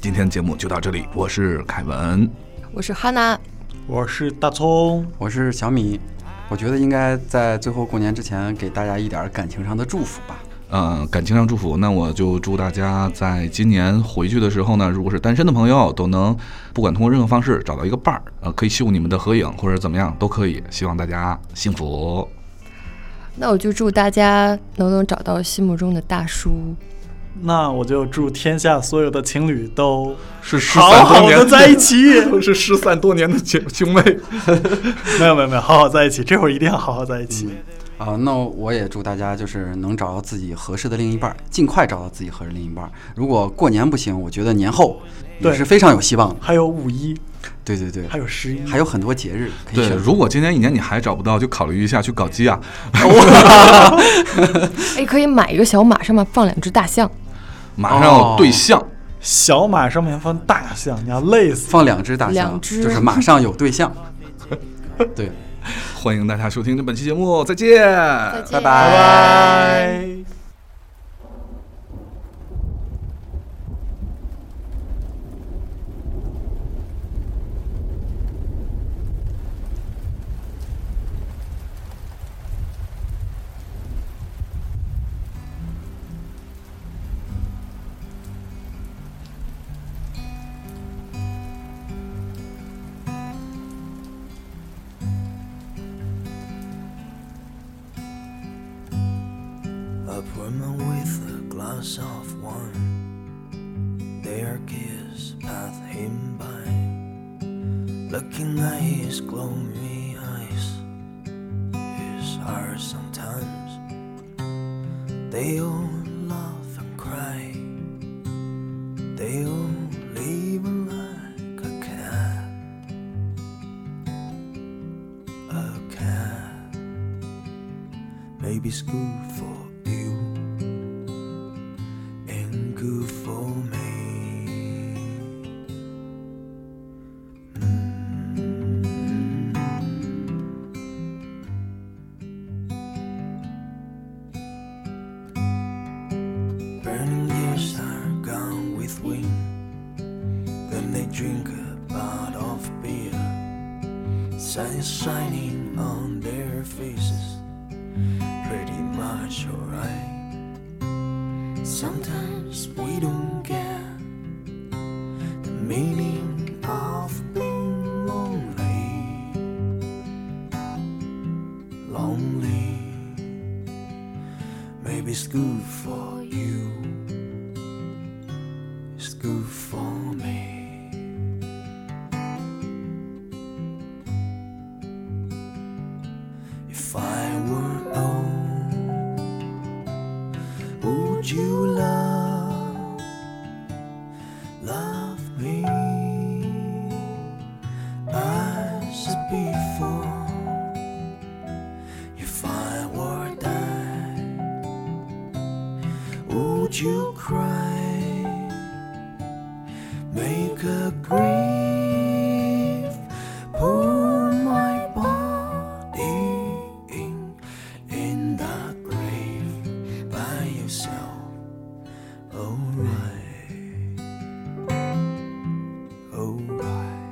今天节目就到这里，我是凯文。
我是哈娜，
我是大葱，
我是小米，我觉得应该在最后过年之前给大家一点儿感情上的祝福吧。
呃，感情上祝福，那我就祝大家在今年回去的时候呢，如果是单身的朋友，都能不管通过任何方式找到一个伴儿，呃，可以秀你们的合影或者怎么样都可以，希望大家幸福。
那我就祝大家都能找到心目中的大叔。
那我就祝天下所有的情侣都
是失
好
散多
好
年
的在一，起。
是失散多年的姐兄妹。
没有没有没有，好好在一起，这会儿一定要好好在一起。
嗯
啊，那我也祝大家就是能找到自己合适的另一半儿，尽快找到自己合适的另一半儿。如果过年不行，我觉得年后也
对
是非常有希望的。
还有五一，
对对对，
还有十一，
还有很多节日可以
对，
选择。
如果今年一年你还找不到，就考虑一下去搞基啊。
哎，可以买一个小马，上面放两只大象。
马上
哦
有对象，
小马上面放大象，你要累死。
放两只大象
两，只
就是马上有对象。对，
欢迎大家收听这本期节目，再见。
拜
拜
拜
拜。
A poor man with a glass of wine. Their kiss passed him by. Looking at his gloomy eyes, his heart sometimes. They all laugh and cry. They all live like a cat. A cat maybe it's good for you and good for me. Mm-hmm. Mm. Burning years are gone with wind when they drink a pot of beer. Sun is shining on their faces pretty much alright. Sometimes we don't get the meaning of being lonely. Lonely. Maybe it's good for you. It's good for me. If I were old, would you love, love me as before? If I were dead, would you cry, make a grief? Pour my body in, in the grave by yourself. Alright. Alright.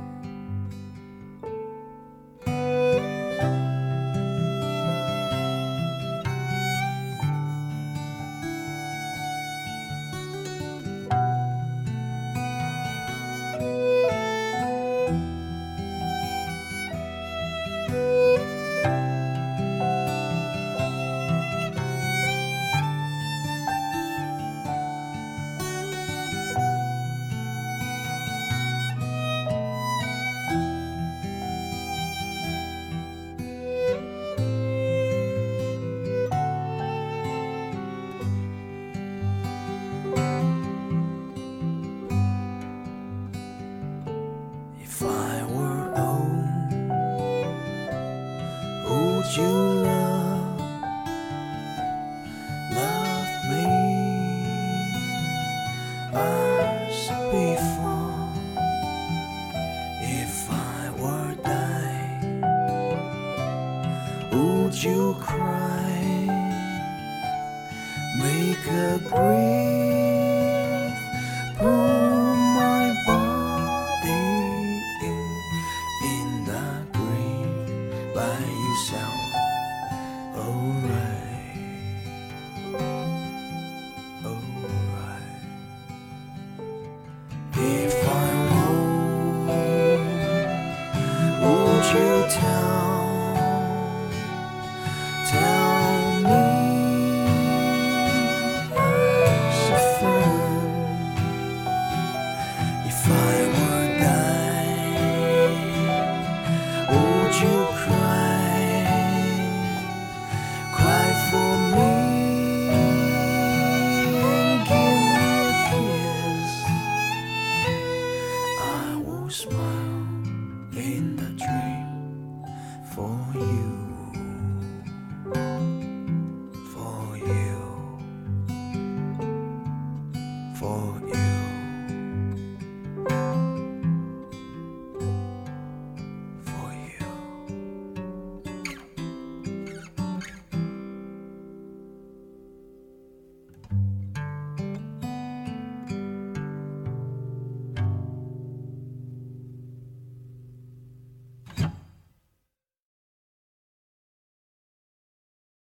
as you cry. Make her breathe through my body in the grave by yourself. Alright, alright. If I won't, won't you tell? Tell me as a friend if I were die, would you cry? Cry for me and give me a kiss. I will smile.